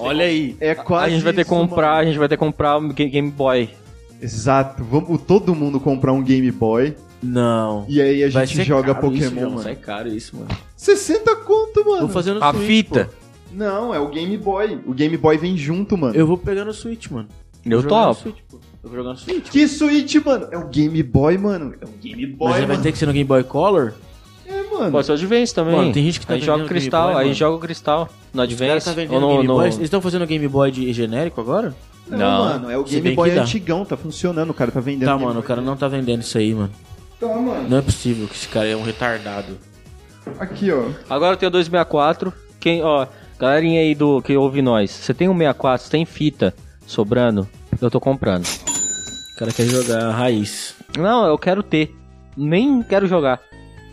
Olha aí.
É quase.
a gente vai ter que
isso,
comprar,
mano.
a gente vai ter que comprar um Ga- Game Boy.
Exato. Vamos todo mundo comprar um Game Boy
Não.
e aí a
Vai
gente
ser
joga
caro
Pokémon,
isso, João,
mano.
Sai caro isso, mano.
60 conto, mano.
Vou fazer no
A
Switch,
fita.
pô.
Não, é o Game Boy. O Game Boy vem junto, mano.
Eu vou pegar no Switch, mano.
Eu
Vou jogar no
topo.
Switch, pô. Eu vou jogar no Switch.
Que Switch, mano? É o Game Boy, mano. É o Game Boy,
Mas aí vai
mano.
ter que ser no Game Boy Color?
É, mano.
Pode ser o Advance também.
Mano, tem gente que tá
aí joga
vendendo Game
cristal,
Boy,
aí
mano.
joga o cristal no
Os caras
Advance.
tá
ou
vendendo
no,
Game
no-
Boy. Eles estão fazendo Game Boy de genérico agora?
Não,
Não.
mano. É o
Se
Game
bem
Boy
que dá.
antigão. Tá funcionando, o cara tá vendendo.
Tá,
Game
mano, o
Boy.
cara não tá vendendo isso aí, mano.
Tá, mano.
Não é possível que esse cara é um retardado.
Aqui, ó.
Agora eu tenho 264. Quem, ó, galerinha aí do que ouve nós, você tem um 64, você tem fita sobrando? Eu tô comprando.
O cara quer jogar a raiz.
Não, eu quero ter. Nem quero jogar.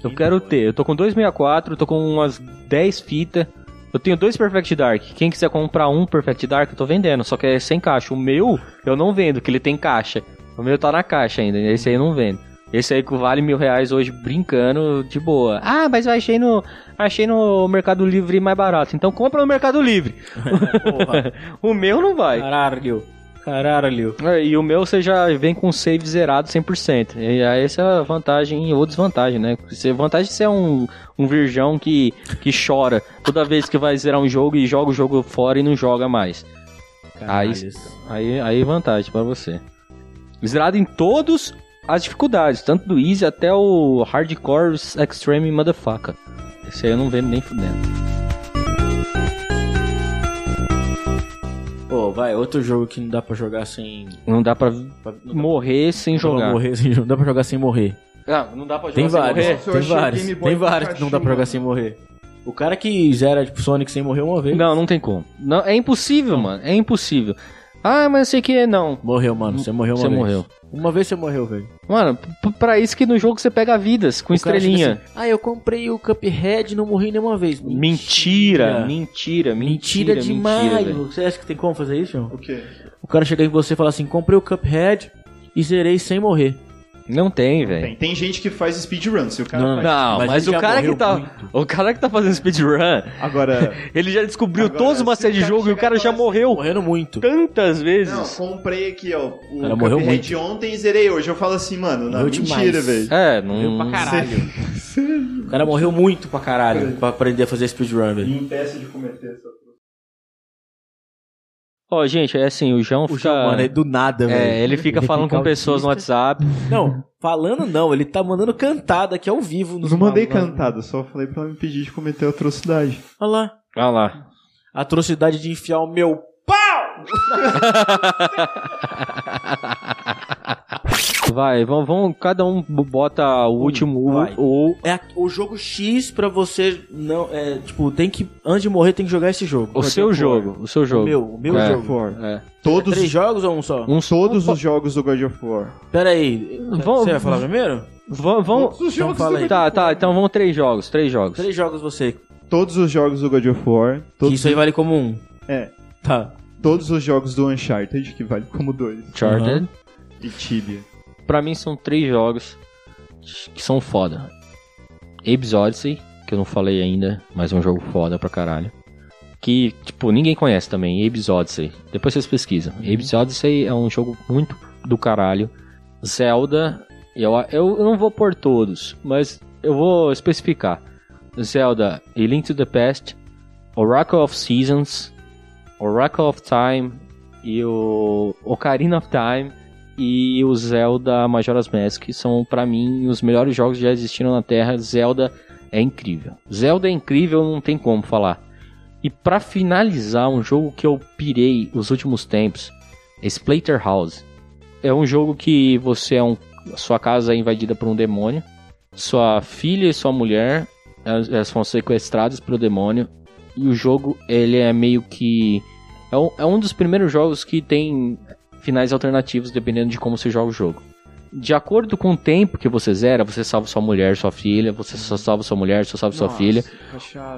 Eu quero ter. Eu tô com 264, eu tô com umas 10 fitas. Eu tenho dois Perfect Dark. Quem quiser comprar um Perfect Dark, eu tô vendendo. Só que é sem caixa. O meu, eu não vendo, que ele tem caixa. O meu tá na caixa ainda. Esse aí eu não vendo. Esse aí que vale mil reais hoje brincando, de boa. Ah, mas eu achei no, achei no Mercado Livre mais barato. Então compra no Mercado Livre.
Porra.
O meu não vai.
Caralho. Caralho.
É, E o meu você já vem com um save zerado 100%. E aí essa é a vantagem ou desvantagem, né? Você, vantagem de ser um, um virgão que, que chora toda vez que vai zerar um jogo e joga o jogo fora e não joga mais. Aí, aí, aí é vantagem pra você. Zerado em todos as dificuldades, tanto do easy até o hardcore extreme motherfucker. Esse aí eu não vendo nem fudendo.
Pô, vai, outro jogo que não dá pra jogar sem.
Não dá pra
pra- não dá
morrer sem
pra
jogar.
morrer sem- não dá pra jogar sem morrer.
Ah, não dá pra jogar
Tem
sem
vários,
morrer.
Nossa, eu
tem
achei o
vários,
Game Boy
tem vários que não dá pra jogar
cachorro.
sem morrer. O cara que zera tipo Sonic sem morrer uma vez.
Não, não tem como. Não, é impossível, mano. É impossível. Ah, mas sei que não.
Morreu, mano. Você morreu uma
Você
vez.
morreu.
Uma vez você morreu, velho.
Mano, p- pra isso que no jogo você pega vidas com
O cara
estrelinha.
chega assim, ah, eu comprei o Cuphead e não morri nenhuma vez.
Mentira, mentira, mentira,
é Mentira,
mentira.
demais.
velho.
você acha que tem como fazer isso, irmão?
O quê?
O cara chega em você e fala assim, comprei o Cuphead e zerei sem morrer.
não tem, velho.
Tem, tem gente que faz speedrun, se o cara
Não,
faz.
Não, mas,
Mas ele
o
já
cara que
morreu
tá.
muito.
O cara que tá fazendo speedrun,
Agora,
ele já descobriu
Agora,
todos uma
se o
série de
cara
jogo e o
chegar
cara
e
já
falar assim,
morreu
Morrendo muito.
tantas
não,
vezes.
comprei aqui, ó, o
Ela morreu
Cuphead ontem e zerei hoje. Eu falo assim, mano, não,
Morreu
mentira, velho.
demais.
É,
Morreu pra
não.
caralho.
O cara morreu muito pra caralho pra aprender a fazer speedrun, velho.
Me impeça de cometer essa
Ó, gente, é assim, o João
O
fica.
João, mano, é do nada,
é,
velho.
ele fica
Ele
falando
fica
com pessoas no
autista.
WhatsApp.
Não, falando não, ele tá mandando cantada aqui ao vivo.
Não mandei
cantada.
cantada, só falei pra ela me pedir de cometer atrocidade.
Olha lá.
Olha lá.
Atrocidade de enfiar o meu
Vai, vamos, vamos, cada um bota o último. o-
vai.
o-
É a- o jogo X pra você não. É, tipo, tem que. Antes de morrer, tem que jogar esse jogo.
o
God
seu
of War.
um jogo, o seu
O
jogo.
meu, o meu
É.
jogo.
War.
É.
Todos,
Três jogos Então, ou um só?
Um
todos os jogos do God of War.
Pera aí.
Vamos-
Você vai falar primeiro?
Vamos.
Todos
vamos...
os
Então
jogos
fala
do
aí.
God...
Tá, tá, então vamos três jogos, três jogos.
Três jogos você.
Todos os jogos do God of War.
Que
Todos,
isso aí vale como um.
É.
Tá.
todos os jogos do Uncharted, que vale como dois.
Uncharted.
E Tibia.
Pra mim são três jogos que são foda. Abe's Odyssey, que eu não falei ainda, mas é um jogo foda pra caralho. Que, tipo, ninguém conhece também, Abe's Odyssey. Depois vocês pesquisam. Abe's Odyssey é um jogo muito do caralho. Zelda, eu, eu, eu não vou por todos, mas eu vou especificar. Zelda e Link to the Past, Oracle of Seasons, Oracle of Time e o Ocarina of Time e o Zelda Majora's Mask que são pra mim os melhores jogos que já existiram na Terra. Zelda é incrível. Zelda é incrível, não tem como falar. E pra finalizar, um jogo que eu pirei os últimos tempos, Splatterhouse. É um jogo que você é um sua casa é invadida por um demônio, sua filha e sua mulher elas, elas são sequestradas pelo demônio e o jogo ele é meio que é um, é um dos primeiros jogos que tem finais alternativos dependendo de como você joga o jogo. De acordo com o tempo que você zera, você salva sua mulher, sua filha, você só salva sua mulher, só salva sua filha.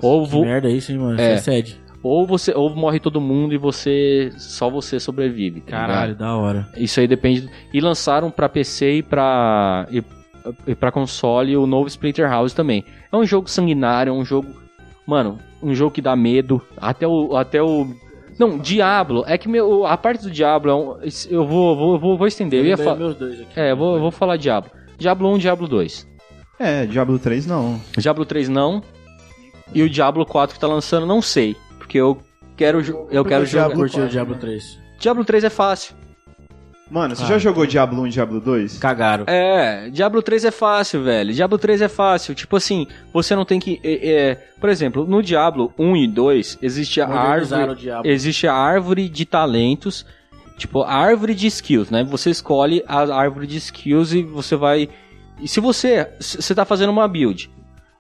Ou,
Que
vo-
merda isso, hein, mano?
É.
Você cede.
ou você ou morre todo mundo e você só você sobrevive. tá ligado?
Caralho, da hora.
Isso aí depende. do- E lançaram pra PC e pra e, e para console o novo Splatterhouse também. É um jogo sanguinário, é um jogo, mano, um jogo que dá medo. Até o até o não, Diablo. É que meu, a parte do Diablo é um, esse- eu vou vou, vou, vou estender. Eu ia
lembrei
fa-
meus dois aqui.
é, eu vou, eu vou falar Diablo. Diablo 1, Diablo 2.
É, Diablo 3 não.
Diablo 3 não. E o Diablo 4 que tá lançando, não sei, porque eu quero jo- eu quero jogar.
Diablo
Curtiu o
quatro,
Diablo
né?
3.
Diablo 3 é fácil.
Mano, você
Ah.
já jogou Diablo 1 e Diablo 2?
Cagaram.
É, Diablo 3 é fácil, velho. Diablo 3 é fácil. Tipo assim, você não tem que. é, é, por exemplo, no Diablo 1 e 2 existe É, a
Modernizaram
árvore. É,
o Diablo.
Existe a árvore de talentos. Tipo, a árvore de skills, né? Você escolhe a árvore de skills e você vai. E se você. se- Você tá fazendo uma build.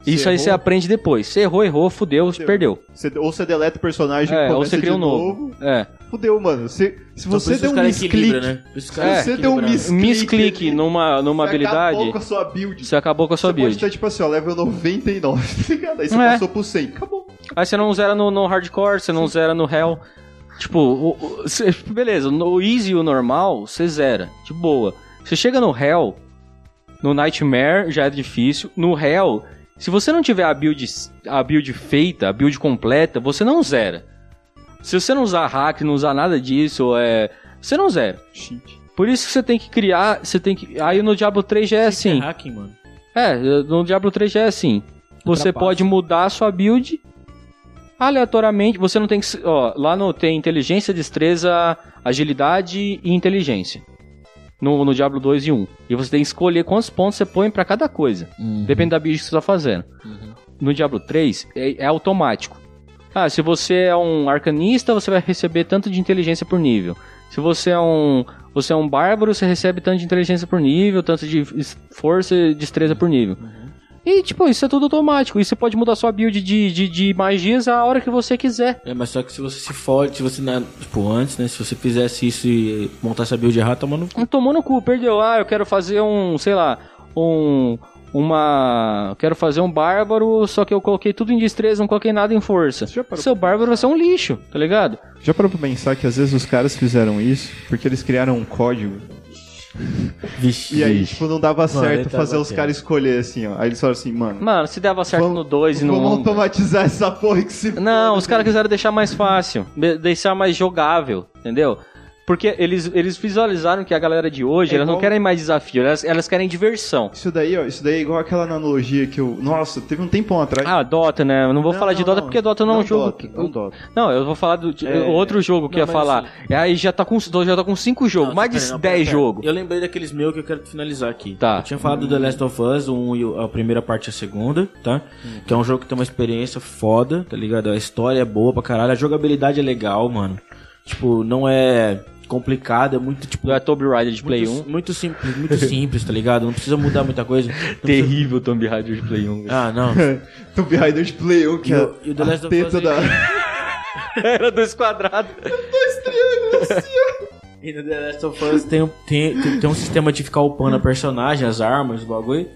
Você
isso aí
errou?
você aprende depois. Você errou, errou, fudeu,
Fudeu.
perdeu.
Você- ou você deleta o personagem
É,
e
ou
começa
você cria
de
um novo. É.
Fudeu, mano. Se, se
Então, por
você
isso
deu
os
um
caras
misclick,
equilibram, Né? Por isso os
se
caras
você deu um
equilibraram.
misclick,
Misclick
ali,
numa, numa
você acabou
habilidade.
com a sua build.
Você acabou com a sua
você pode
build.
estar tipo assim, ó, level 99, tá ligado? Aí você
É.
passou pro 100, acabou.
Aí você não zera no, no hardcore, você não zera no hell. Tipo, o- o- cê- beleza, no easy e o normal, você zera, de boa. Você chega no hell, no nightmare já é difícil. No hell, se você não tiver a build, s- a build feita, a build completa, você não zera. Se você não usar hack, não usar nada disso, é, você não zera.
Shit.
Por isso que você tem que criar, você tem que. Aí no Diablo 3 já é
Isso é
assim.
hacking, mano.
É, no Diablo 3 já é assim. Você
Ultrapassa.
pode mudar a sua build aleatoriamente. Você não tem que. se- Ó, lá no, tem inteligência, destreza, agilidade e inteligência. No, no Diablo 2 e 1. E você tem que escolher quantos pontos você põe pra cada coisa. Depende da build que você tá fazendo. No Diablo 3 é, é automático. Ah, se você é um arcanista, você vai receber tanto de inteligência por nível. Se você é um. Você é um
Uhum.
bárbaro, você recebe tanto de inteligência por nível, tanto de es- força e destreza por nível. E, tipo, isso é tudo automático. E você pode mudar sua build de, de, de magias a hora que você quiser.
É, mas só que se você se fode, se você, na- tipo, antes, né? Se você fizesse isso e montar essa build errada, tá tomando
Não tomou no cu, perdeu. Ah, eu quero fazer um, sei lá, um. Uma. Quero fazer um bárbaro, só que eu coloquei tudo em destreza, não coloquei nada em força.
Você já parou
Seu bárbaro vai ser um lixo, tá ligado?
Já parou pra pensar que às vezes os caras fizeram isso porque eles criaram um código
Vixe.
e aí, tipo, não dava
Mano,
certo
ele tá
fazer os
batendo.
caras escolher assim, ó. Aí eles falaram assim, mano,
Mano, se dava certo
Vamos-
no 2 e no
vamos
1.
automatizar essa porra que se
né?" Não, os caras quiseram deixar mais fácil, be- deixar mais jogável, entendeu? Porque eles, eles visualizaram que a galera de hoje,
É
elas não
igual-
querem mais desafio, elas, elas querem diversão.
Isso daí, ó, isso daí é igual aquela analogia que eu. Nossa, teve um tempão atrás.
Ah, Dota, né? Eu não vou
Não,
falar de
não,
Dota
não.
porque Dota não é um jogo.
Dota,
que-
não Dota.
Não, eu vou falar do de-
É,
outro jogo que
não,
eu
mas
ia falar. Aí já tá com já tá com 5 jogos,
Não,
mais
pera,
de
não, pera,
10
pera.
jogos.
Eu lembrei daqueles meus que eu quero finalizar aqui.
Tá.
Eu tinha falado do The Last of Us, um, e o- a primeira parte e a segunda, tá? Que é um jogo que tem uma experiência foda, tá ligado? A história é boa pra caralho, a jogabilidade é legal, mano. Tipo, não é complicado, é muito, tipo...
Do é Tomb Raider de Play 1.
muito, muito simples, muito simples, tá ligado? Não precisa mudar muita coisa. Não precisa-
Terrível Tomb Raider de Play 1.
Ah, não.
Tomb Raider de Play 1, que
E
é
o- e o The Last
a
of Us
teta
aí?
da...
Era dois quadrados.
E no The Last of Us tem, um- tem, tem, tem um sistema de ficar upando a personagem, as armas, o bagulho.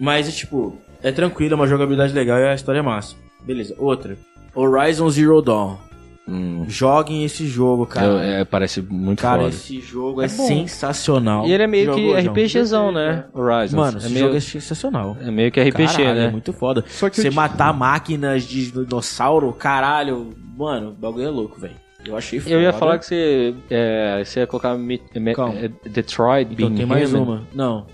Mas, é, tipo, é tranquilo, é uma jogabilidade legal e a história é massa. Beleza, outra. Horizon Zero Dawn. Joguem esse jogo, cara.
parece Hum. é, muito
cara,
foda.
esse jogo é,
É bom.
sensacional.
E ele é meio que
Jogou, João?
RPGzão, né? Horizon.
Mano,
é
esse
meio,
jogo é sensacional.
é meio que RPG,
Caralho,
né?
É muito foda.
Só que eu
Você
te-
matar máquinas de dinossauro, caralho. Mano, o bagulho é louco, velho. Eu achei foda.
Eu ia falar que você, é, você ia colocar Mi- Me-
Calma.
é, Detroit
Então
Being
tem mais
Human.
uma. Não,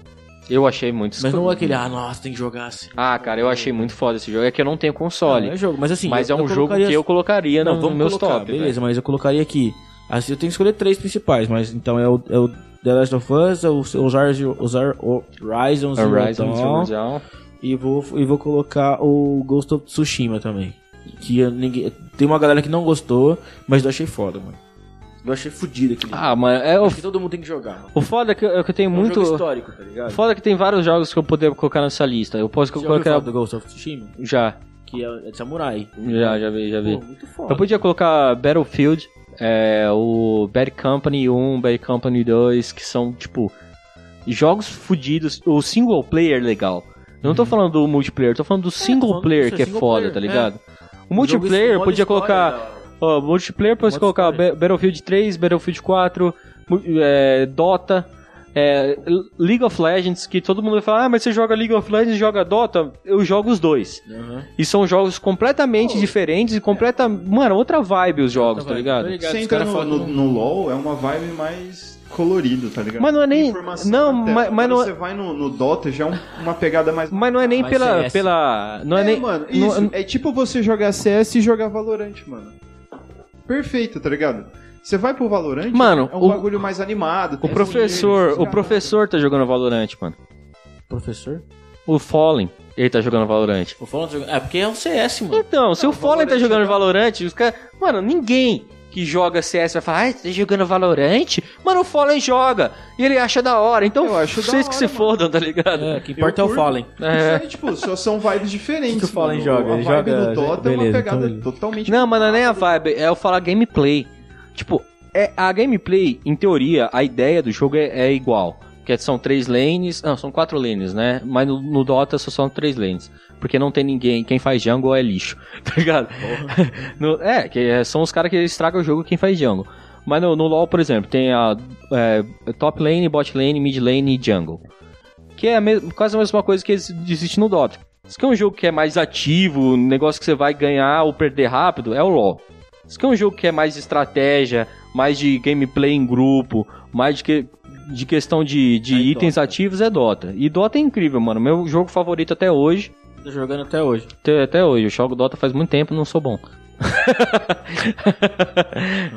Eu achei muito
mas não
escroto.
aquele, ah, nossa, tem que jogar assim.
Ah, cara, eu achei muito foda esse jogo. É que eu não tenho console.
Não, é jogo, mas assim.
mas é
eu-
um
eu
jogo
colocaria-
que eu colocaria
Não,
no
vamos
meus
colocar,
top.
Beleza, mas eu colocaria aqui. Assim, eu tenho que escolher três principais, mas então é o, é o The Last of Us, é o Osar, Osar, Horizon
velho.
Zero
Horizon
Dawn,
Zero Dawn.
E vou, e vou colocar o Ghost of Tsushima também. Que eu- ninguém, tem uma galera que não gostou, mas eu achei foda, mano. Eu achei fodido aquele jogo.
Ah, mano, é o,
Acho que todo mundo tem que jogar, mano.
o foda é que, eu- é que eu tenho
É um
muito.
jogo histórico, tá ligado?
o foda é que tem vários jogos que eu poderia colocar nessa lista. Eu posso
Você já ouviu
colocar.
falar do Ghost of Tsushima?
Já,
Que é é de samurai.
já, já vi, já vi.
Pô, muito foda.
Então Eu podia colocar Battlefield, é, o Bad Company 1, Bad Company 2, que são, tipo, jogos fodidos. O single player legal. Eu não tô falando do multiplayer, eu tô falando do single
Uhum. falando
player
disso,
que é
single
foda,
player,
tá
é.
ligado? O
Um
multiplayer
jogo-
eu
modo
podia
história,
colocar.
da hora.
Ó, multiplayer eu posso
Modo
colocar
história.
Ba- Battlefield 3, Battlefield 4, mu- é, Dota, é, L- League of Legends, que todo mundo vai falar, ah, mas você joga League of Legends e joga Dota? Eu jogo os dois.
Aham.
E são jogos completamente diferentes e completa. Mano, outra vibe os
Então
jogos, tá ligado?
Você entra no, no, no LoL, é uma vibe mais colorido, tá ligado?
Mas não é nem-
Informação
não,
na tela.
mas- mas
Quando
não é-
Você vai no, no Dota, já é um- uma pegada mais...
Mas não é nem
Mas
pela.
CS.
pela não é,
é,
nem.
mano,
não-
isso. É tipo você jogar CS e jogar Valorant, mano. Perfeito, tá ligado? Você vai pro Valorant,
Mano,
é um
o-
bagulho mais animado.
o
tem
professor.
dinheiro,
O professor tá jogando Valorant, mano.
Professor?
O Fallen, ele tá jogando Valorant.
Vou falar um jogo- É porque é um CS, mano.
Então, se o Fallen tá jogando Valorant, os caras. Mano, ninguém que joga CS vai falar, ai, tá jogando Valorant? Mano, o Fallen joga. E ele acha da hora. Então,
Eu acho da
vocês que
hora,
se
mano.
fodam, tá ligado?
É, o que importa é o
curto.
Fallen.
Isso
É.
aí, tipo, só são vibes diferentes.
Que o Fallen
mano.
joga,
A
ele
vibe
joga-
do Dota é uma
beleza,
pegada
então ele-
totalmente.
Não, mas não é nem a vibe, é eu falar gameplay. Tipo, é, a gameplay, em teoria, a ideia do jogo é, é igual. Que são três lanes, não, são quatro lanes, né? Mas no, no Dota só são três lanes. Porque não tem ninguém, quem faz jungle é lixo, tá ligado? No- é, que é- são os caras que estragam o jogo quem faz jungle. Mas no, no LoL, por exemplo, tem a é, top lane, bot lane, mid lane e jungle. Que é a mes- quase a mesma coisa que ex- existe no Dota. Isso que é um jogo que é mais ativo, um negócio que você vai ganhar ou perder rápido, é o LoL. Isso que é um jogo que é mais de estratégia, mais de gameplay em grupo, mais de, que- de questão de, de
É
itens
Dota.
ativos é Dota. E Dota é incrível, mano. Meu jogo favorito até hoje.
Tô jogando até hoje.
Até, até hoje. Eu jogo Dota faz muito tempo e não sou bom.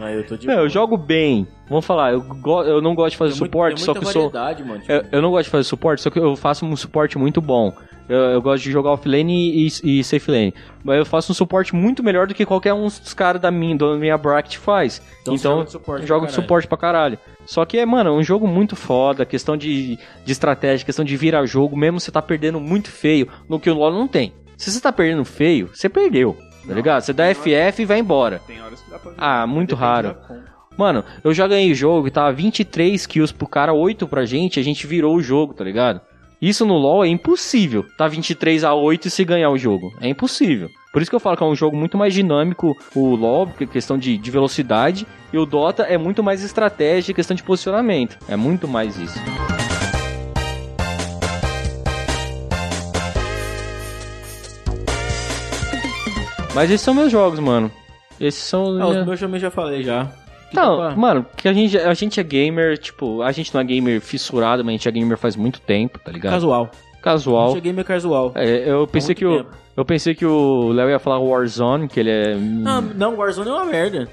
Ah, eu tô de
Não,
boa.
eu jogo bem. Vamos falar, eu, go- eu não gosto de fazer
Tem É muito-
suporte,
tem
só
muita
que eu sou. É,
variedade, mano, tipo,
Eu, eu não gosto de fazer suporte, só que eu faço um suporte muito bom. Eu, eu gosto de jogar offlane e, e safe lane. Mas eu faço um suporte muito melhor do que qualquer um dos caras da minha, da minha bracket faz. Então,
um de suporte.
jogo de suporte pra caralho. Só que, é, mano, é um jogo muito foda, questão de, de estratégia, questão de virar jogo, mesmo você tá perdendo muito feio, no que o LoL não tem. Se você tá perdendo feio, você perdeu, tá ligado? Você dá FF e vai embora.
Tem horas que dá pra
Ah, muito
Depende
raro.
da conta.
Mano, eu já ganhei o jogo e tava 23 kills pro cara, 8 pra gente, a gente virou o jogo, tá ligado? Isso no LoL é impossível. Tá 23 a 8 e se ganhar o jogo. É impossível. Por isso que eu falo que é um jogo muito mais dinâmico o LoL, porque é questão de, de velocidade, e o Dota é muito mais estratégia, e questão de posicionamento. É muito mais isso. Mas esses são meus jogos, mano. Esses são.
Ah,
minha-
os meus também já falei já. Que
não,
dá pra-
mano, que a gente, a gente é gamer, tipo, a gente não é gamer fissurado, mas a gente é gamer faz muito tempo, tá ligado?
Casual.
Casual.
Cheguei meio casual.
É, eu pensei
muito
que o,
tempo.
eu pensei que o Léo ia falar Warzone, que ele é,
Ah, não, Warzone é uma merda.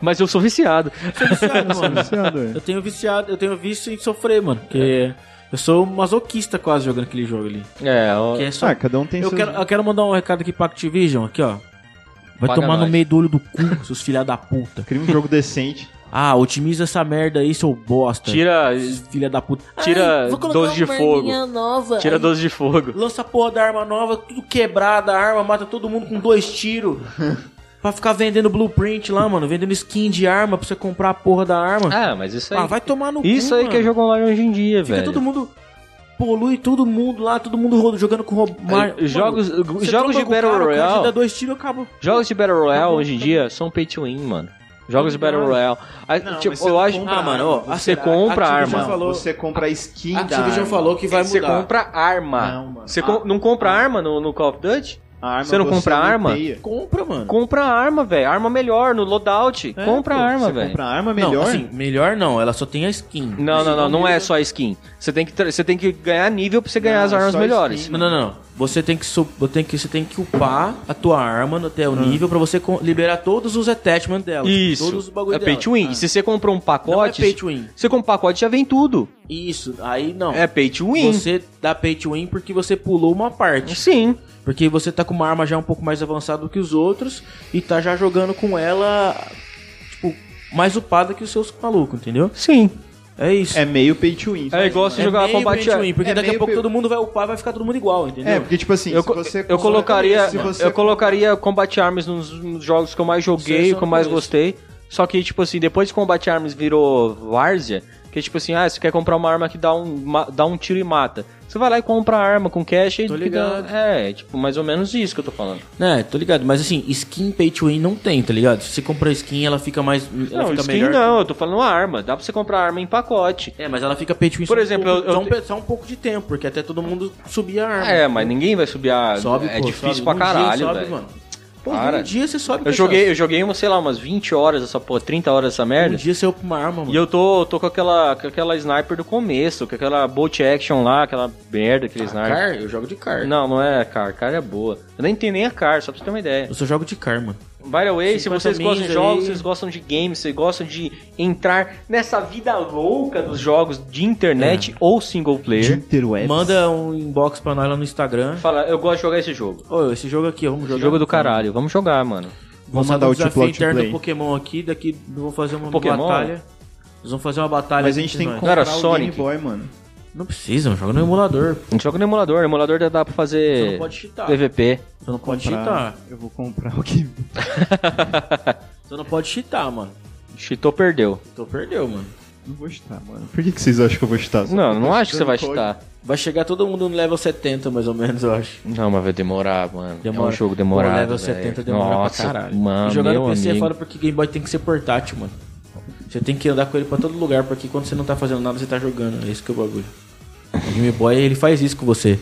mas eu sou viciado.
Sou viciado, mano.
Viciado, é.
Eu tenho viciado, eu tenho visto em sofrer, mano. Porque eu sou masoquista quase jogando aquele jogo ali.
É, ó,
Que é só
Ah, cada um tem
Eu
seus...
quero, eu quero mandar um recado aqui pra Activision, aqui, ó. Vai
Paga
tomar no
nós.
meio do olho do cu, seus filha da puta.
Cria um jogo decente.
Ah, otimiza essa merda aí, seu bosta.
tira
Filha da puta.
Tira
vou colocar
12 de
uma
fogo.
arminha Nova.
tira 12 de fogo.
Lança a porra da arma nova, tudo quebrada, a arma mata todo mundo com dois tiros. pra ficar vendendo blueprint lá, mano. Vendendo skin de arma pra você comprar a porra da arma.
Ah, mas isso aí.
Ah, vai tomar no cu,
isso aí que é
mano.
jogo online hoje em dia,
Fica
velho.
todo mundo... Polui todo mundo lá, todo mundo ro- jogando com robô. Mano,
jogos-
você tromba
jogos de
com o
Battle
cara, o cara te
Royale.
dá dois tiros, acabou.
Jogos de Battle Royale
Tá bom,
hoje em
tá
dia são pay to win, mano. Jogos de Battle Royale. Aí,
Não,
tipo,
mas você
eu
não
acho.
compra Ah, mano, ó,
você
a-
compra
a
a
Activision
arma.
Não. falou-
Você compra a skin
Ah,
A
Então, é,
Activision falou que vai
Você
mudar. Ah.
compra arma.
Não, mano.
Você com- não compra arma no, no Call of Duty?
A arma
Você não compra arma?
luteia.
Compra, mano.
Compra arma, velho. Arma melhor no loadout.
É,
compra
Pô,
arma,
você
velho.
compra arma melhor?
Não, assim, melhor não, ela só tem a skin.
Não, não, não, não é só skin. Você tem que, tra- você tem que ganhar nível pra você ganhar
Não,
as armas
só
melhores.
skin.
Não, é não, não. Você tem que, su- você tem que, você tem que upar a tua arma no- até o nível pra você co- liberar todos os attachments dela. tipo,
Isso.
Todos os bagulho
é pay
dela. Ah.
to win. E se você comprar um
Não é
pacote,
pay to win.
você compra um pacote já vem tudo.
Isso, aí não.
É pay to win.
Você dá pay to win porque você pulou uma parte.
Sim.
Porque você tá com uma arma já um pouco mais avançada do que os outros e tá já jogando com ela, tipo, mais upada que os seus malucos, entendeu?
Sim.
É isso.
É meio pay to win.
É igual você
É
jogar
meio
combate.
pay to win, porque
É
daqui a
meio
pouco
pay-
todo mundo vai upar, vai ficar todo mundo igual, entendeu?
É, porque tipo assim,
Eu,
se
co-
você...
eu colocaria,
se você
eu colocaria combate arms nos, nos jogos que eu mais
Isso aí
joguei,
eu
que eu
não
mais
conheço.
gostei. Só que, tipo assim, depois que combate arms virou várzea, que tipo assim, ah, você quer comprar uma arma que dá um, ma- dá um tiro e mata. Você vai lá e compra a arma com cash e...
Tô
que dá-
ligado.
É, tipo, mais ou menos isso que eu tô falando.
É, tô ligado, mas assim, skin pay to win não tem, tá ligado? Se você comprar skin, ela fica mais. Ela
não,
fica
skin
melhor.
não, eu tô falando arma. Dá pra você comprar arma em pacote.
É, mas ela fica pay to win
Por
só
exemplo,
um pouco,
eu- eu
só, um,
te-
pe- só um pouco de tempo, porque até todo mundo subir a arma.
É, mas ninguém vai subir a...
sobe,
é
pô, sobe.
difícil pra
Um dia
caralho,
sobe,
velho.
mano. Pô,
Para.
um dia você sobe.
Eu
cachaça.
joguei, eu joguei, sei lá, umas 20 horas essa porra, 30 horas essa merda.
Um dia você upa uma arma, mano.
E eu tô, eu tô com aquela, com aquela sniper do começo, com aquela bolt action lá, aquela merda, aquele sniper.
Car, eu jogo de car.
né? Não, não é car, car é boa. Eu nem tenho nem a car, só pra você ter uma ideia.
Eu só jogo de car, mano.
By the way, se
50
vocês gostam
mins
de jogos,
aí.
vocês gostam de games, vocês gostam de entrar nessa vida louca dos jogos de internet
É.
ou single player,
Interwebs.
Manda um inbox pra nós lá no Instagram.
fala, eu gosto de jogar esse jogo.
Ô, esse jogo aqui, ó, vamos jogar.
Esse jogo é do caralho, vamos jogar, mano.
Vamos
Vamos
mandar
mandar um
o
desafio
Tiplock
interno
Play.
do Pokémon aqui, daqui eu vou fazer uma
Pokémon?
batalha. Eles vão fazer uma batalha.
Mas a
aqui
gente tem que
entre nós.
Não
comprar
era
o
Sonic?
Game Boy, mano.
Não precisa, joga no emulador.
A gente joga no emulador, o emulador já dá pra
Você
fazer
não pode cheatar.
PVP.
Você não pode
Comprar-
cheatar.
Eu vou comprar o Game Boy.
Você não pode cheatar, mano.
Cheatou, perdeu.
Então perdeu, mano.
Não vou chutar, mano. Por que, que vocês acham que eu vou chutar? Só
Não,
tá
porque eu
não
tô
acho que você vai
chutando
cheatar.
Vai chegar todo mundo no level 70, mais ou menos, eu acho.
Não, mas vai demorar, mano.
Demora.
É um jogo demorado.
Pô, né, level
velho.
70 demora
Nossa,
pra caralho.
Mano,
E jogar
meu
no PC é
amigo.
foda porque Game Boy tem que ser portátil, mano. Você tem que andar com ele pra todo lugar, porque quando você não tá fazendo nada, você tá jogando. É isso que é o bagulho. O Game Boy, ele faz isso com você.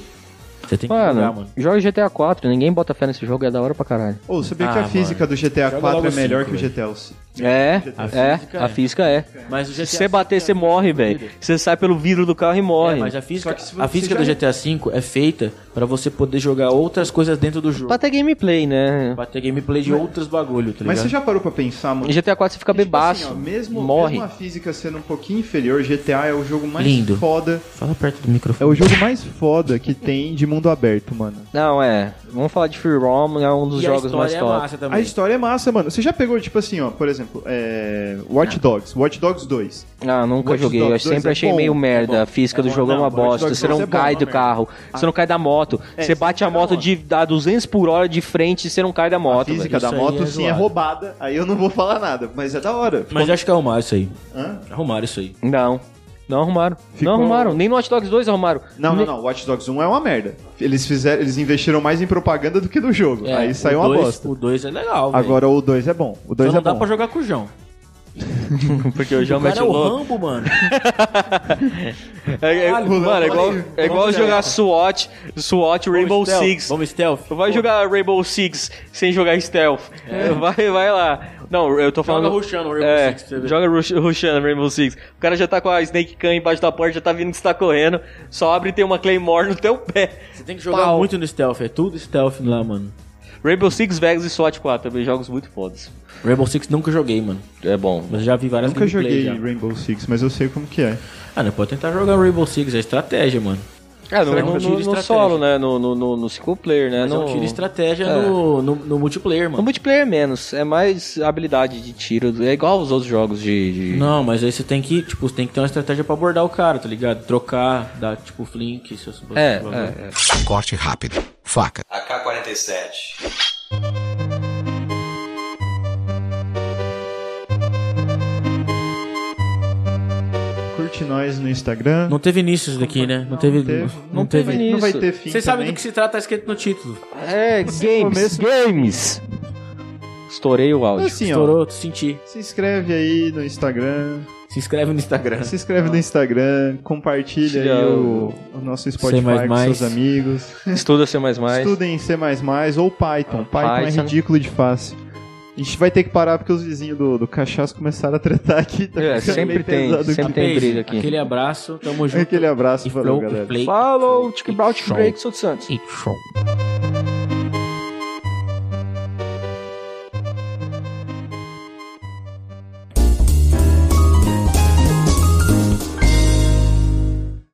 Você tem que
Mano,
jogar, mano.
joga GTA 4, ninguém bota fé nesse jogo, é da hora pra caralho.
Ô, sabia que
Ah,
a física do GTA
Joga
4 é
logo
melhor
cinco, Tá
que o GTA o cinco?
É,
A
é,
física
a
é.
física é.
Mas o GTA
Se você bater,
V
você morre, velho. Você sai pelo vidro do carro e
É,
morre.
mas a física,
Só que se
a
você
física
já-
do GTA V é feita pra você poder jogar outras coisas dentro do jogo.
Pra ter gameplay, né?
Pra ter gameplay de outros bagulho, tá
Mas você
ligado?
já parou pra pensar, mano?
Em GTA 4 você fica
Tipo
bebaço,
assim, ó, mesmo,
morre.
mesmo a física sendo um pouquinho inferior, GTA é o jogo mais
Lindo.
foda.
Fala perto do
É
microfone.
o jogo mais foda que tem de mundo aberto, mano.
Não, é. Vamos falar de Free Roam, é um dos
E a
jogos mais
história é
top.
massa
A
também.
história é massa, mano. Você já pegou, tipo assim, ó, por exemplo, é...
Ah.
Watch Dogs, Watch Dogs 2.
Ah, nunca
Watch
joguei. Eu
Dogs dois
sempre
é
achei
bom,
meio
é
merda. a física do
bom,
jogo é
não,
uma
Watch Dogs
bosta.
dois
Você
é
não
bom, É,
cai do
né?
carro. Você não cai da moto. Você bate a moto de, a 200 por hora de frente e você não cai da
A
moto.
física
velho.
da
Isso aí
moto,
é
sim, é
zoado.
roubada. Aí eu não vou falar nada, mas é da hora.
Mas acho que arrumaram isso aí.
Hã?
Arrumaram isso aí.
velho. Não. Não arrumaram.
Ficou-
Não arrumaram. Nem no Hot Dogs 2 arrumaram.
Não, não, não. Watch Dogs 1 é uma merda. Eles fizeram, eles investiram mais em propaganda do que no jogo.
É,
Aí
o
saiu uma
dois-
bosta.
O 2 é legal, velho.
Agora o 2 é bom. O 2
Só
é
não dá
bom.
pra jogar com o João.
Porque o
O
João
cara é
mete o
Então o
louco.
Rambo, mano.
É, é-
Caralho,
mano, é igual,
olha aí,
é igual
vamos
jogar SWAT, SWAT Rainbow
Vamos stealth,
Six.
Vamos stealth.
Vai
Pô, É.
jogar Rainbow Six sem jogar stealth. Vai, vai lá. Não, eu tô falando.
Joga rushando o Rainbow
é,
Six pra você ver.
Joga rush- rushando Rainbow Six. O cara já tá com a Snake Khan embaixo da porta, já tá vindo que você tá correndo. Só abre e tem uma Claymore no teu pé.
Você tem que jogar
Pau.
muito no stealth. É tudo stealth lá, mano.
Rainbow Six, Vegas e SWAT 4 também, jogos muito fodas.
Rainbow Six nunca joguei, mano.
É bom.
Mas já vi várias
Nunca
gameplay
joguei
já.
Rainbow Six, mas eu sei como que é.
Ah, não, pode tentar jogar Rainbow Six. É estratégia, mano.
É, no,
Será que
no-
eu tiro
no- no
estratégia?
solo, né? No, no, no, no single player, né?
Mas é
no...
um tiro estratégia
É.
no, no, no multiplayer,
No
mano.
multiplayer é menos, é mais habilidade de tiro, é igual aos outros jogos de. de-
Não, mas aí você tem que, tipo, você tem que ter uma estratégia pra abordar o cara, tá ligado? Trocar, dar, tipo, flink, se eu souber-
É,
blá, blá.
é, é.
Corte rápido. Faca.
AK-47.
Curte nós no Instagram.
Não teve início isso daqui, né? Não teve. Não,
Não
teve.
teve
Não vai
Isso.
ter fim.
Vocês sabem
também.
do que se trata, tá escrito no título.
É, games,
começo-
games. Estourei o áudio.
Assim, ó.
é Estourou, senti.
Se inscreve aí no Instagram.
Se inscreve no Instagram.
Se inscreve no Instagram. Compartilha aí
Compartilha
o, o nosso Spotify
mais
com seus
mais.
amigos.
Estuda C++. Estudem.
Estudem C++ ou Python. Python,
Python.
é ridículo de fácil. A gente vai ter que parar porque os vizinhos do, do cachaço começaram a tretar aqui. Tá
É,
ficando
sempre
meio
tem,
pesado
sempre
aqui.
tem.
Beijo,
briga aqui.
Aquele abraço, tamo junto.
Aquele abraço,
E
falou,
flow, e
galera.
play.
Falou, Tchik Brown, Tchik
Show.
Break, sou de Santos.
E show.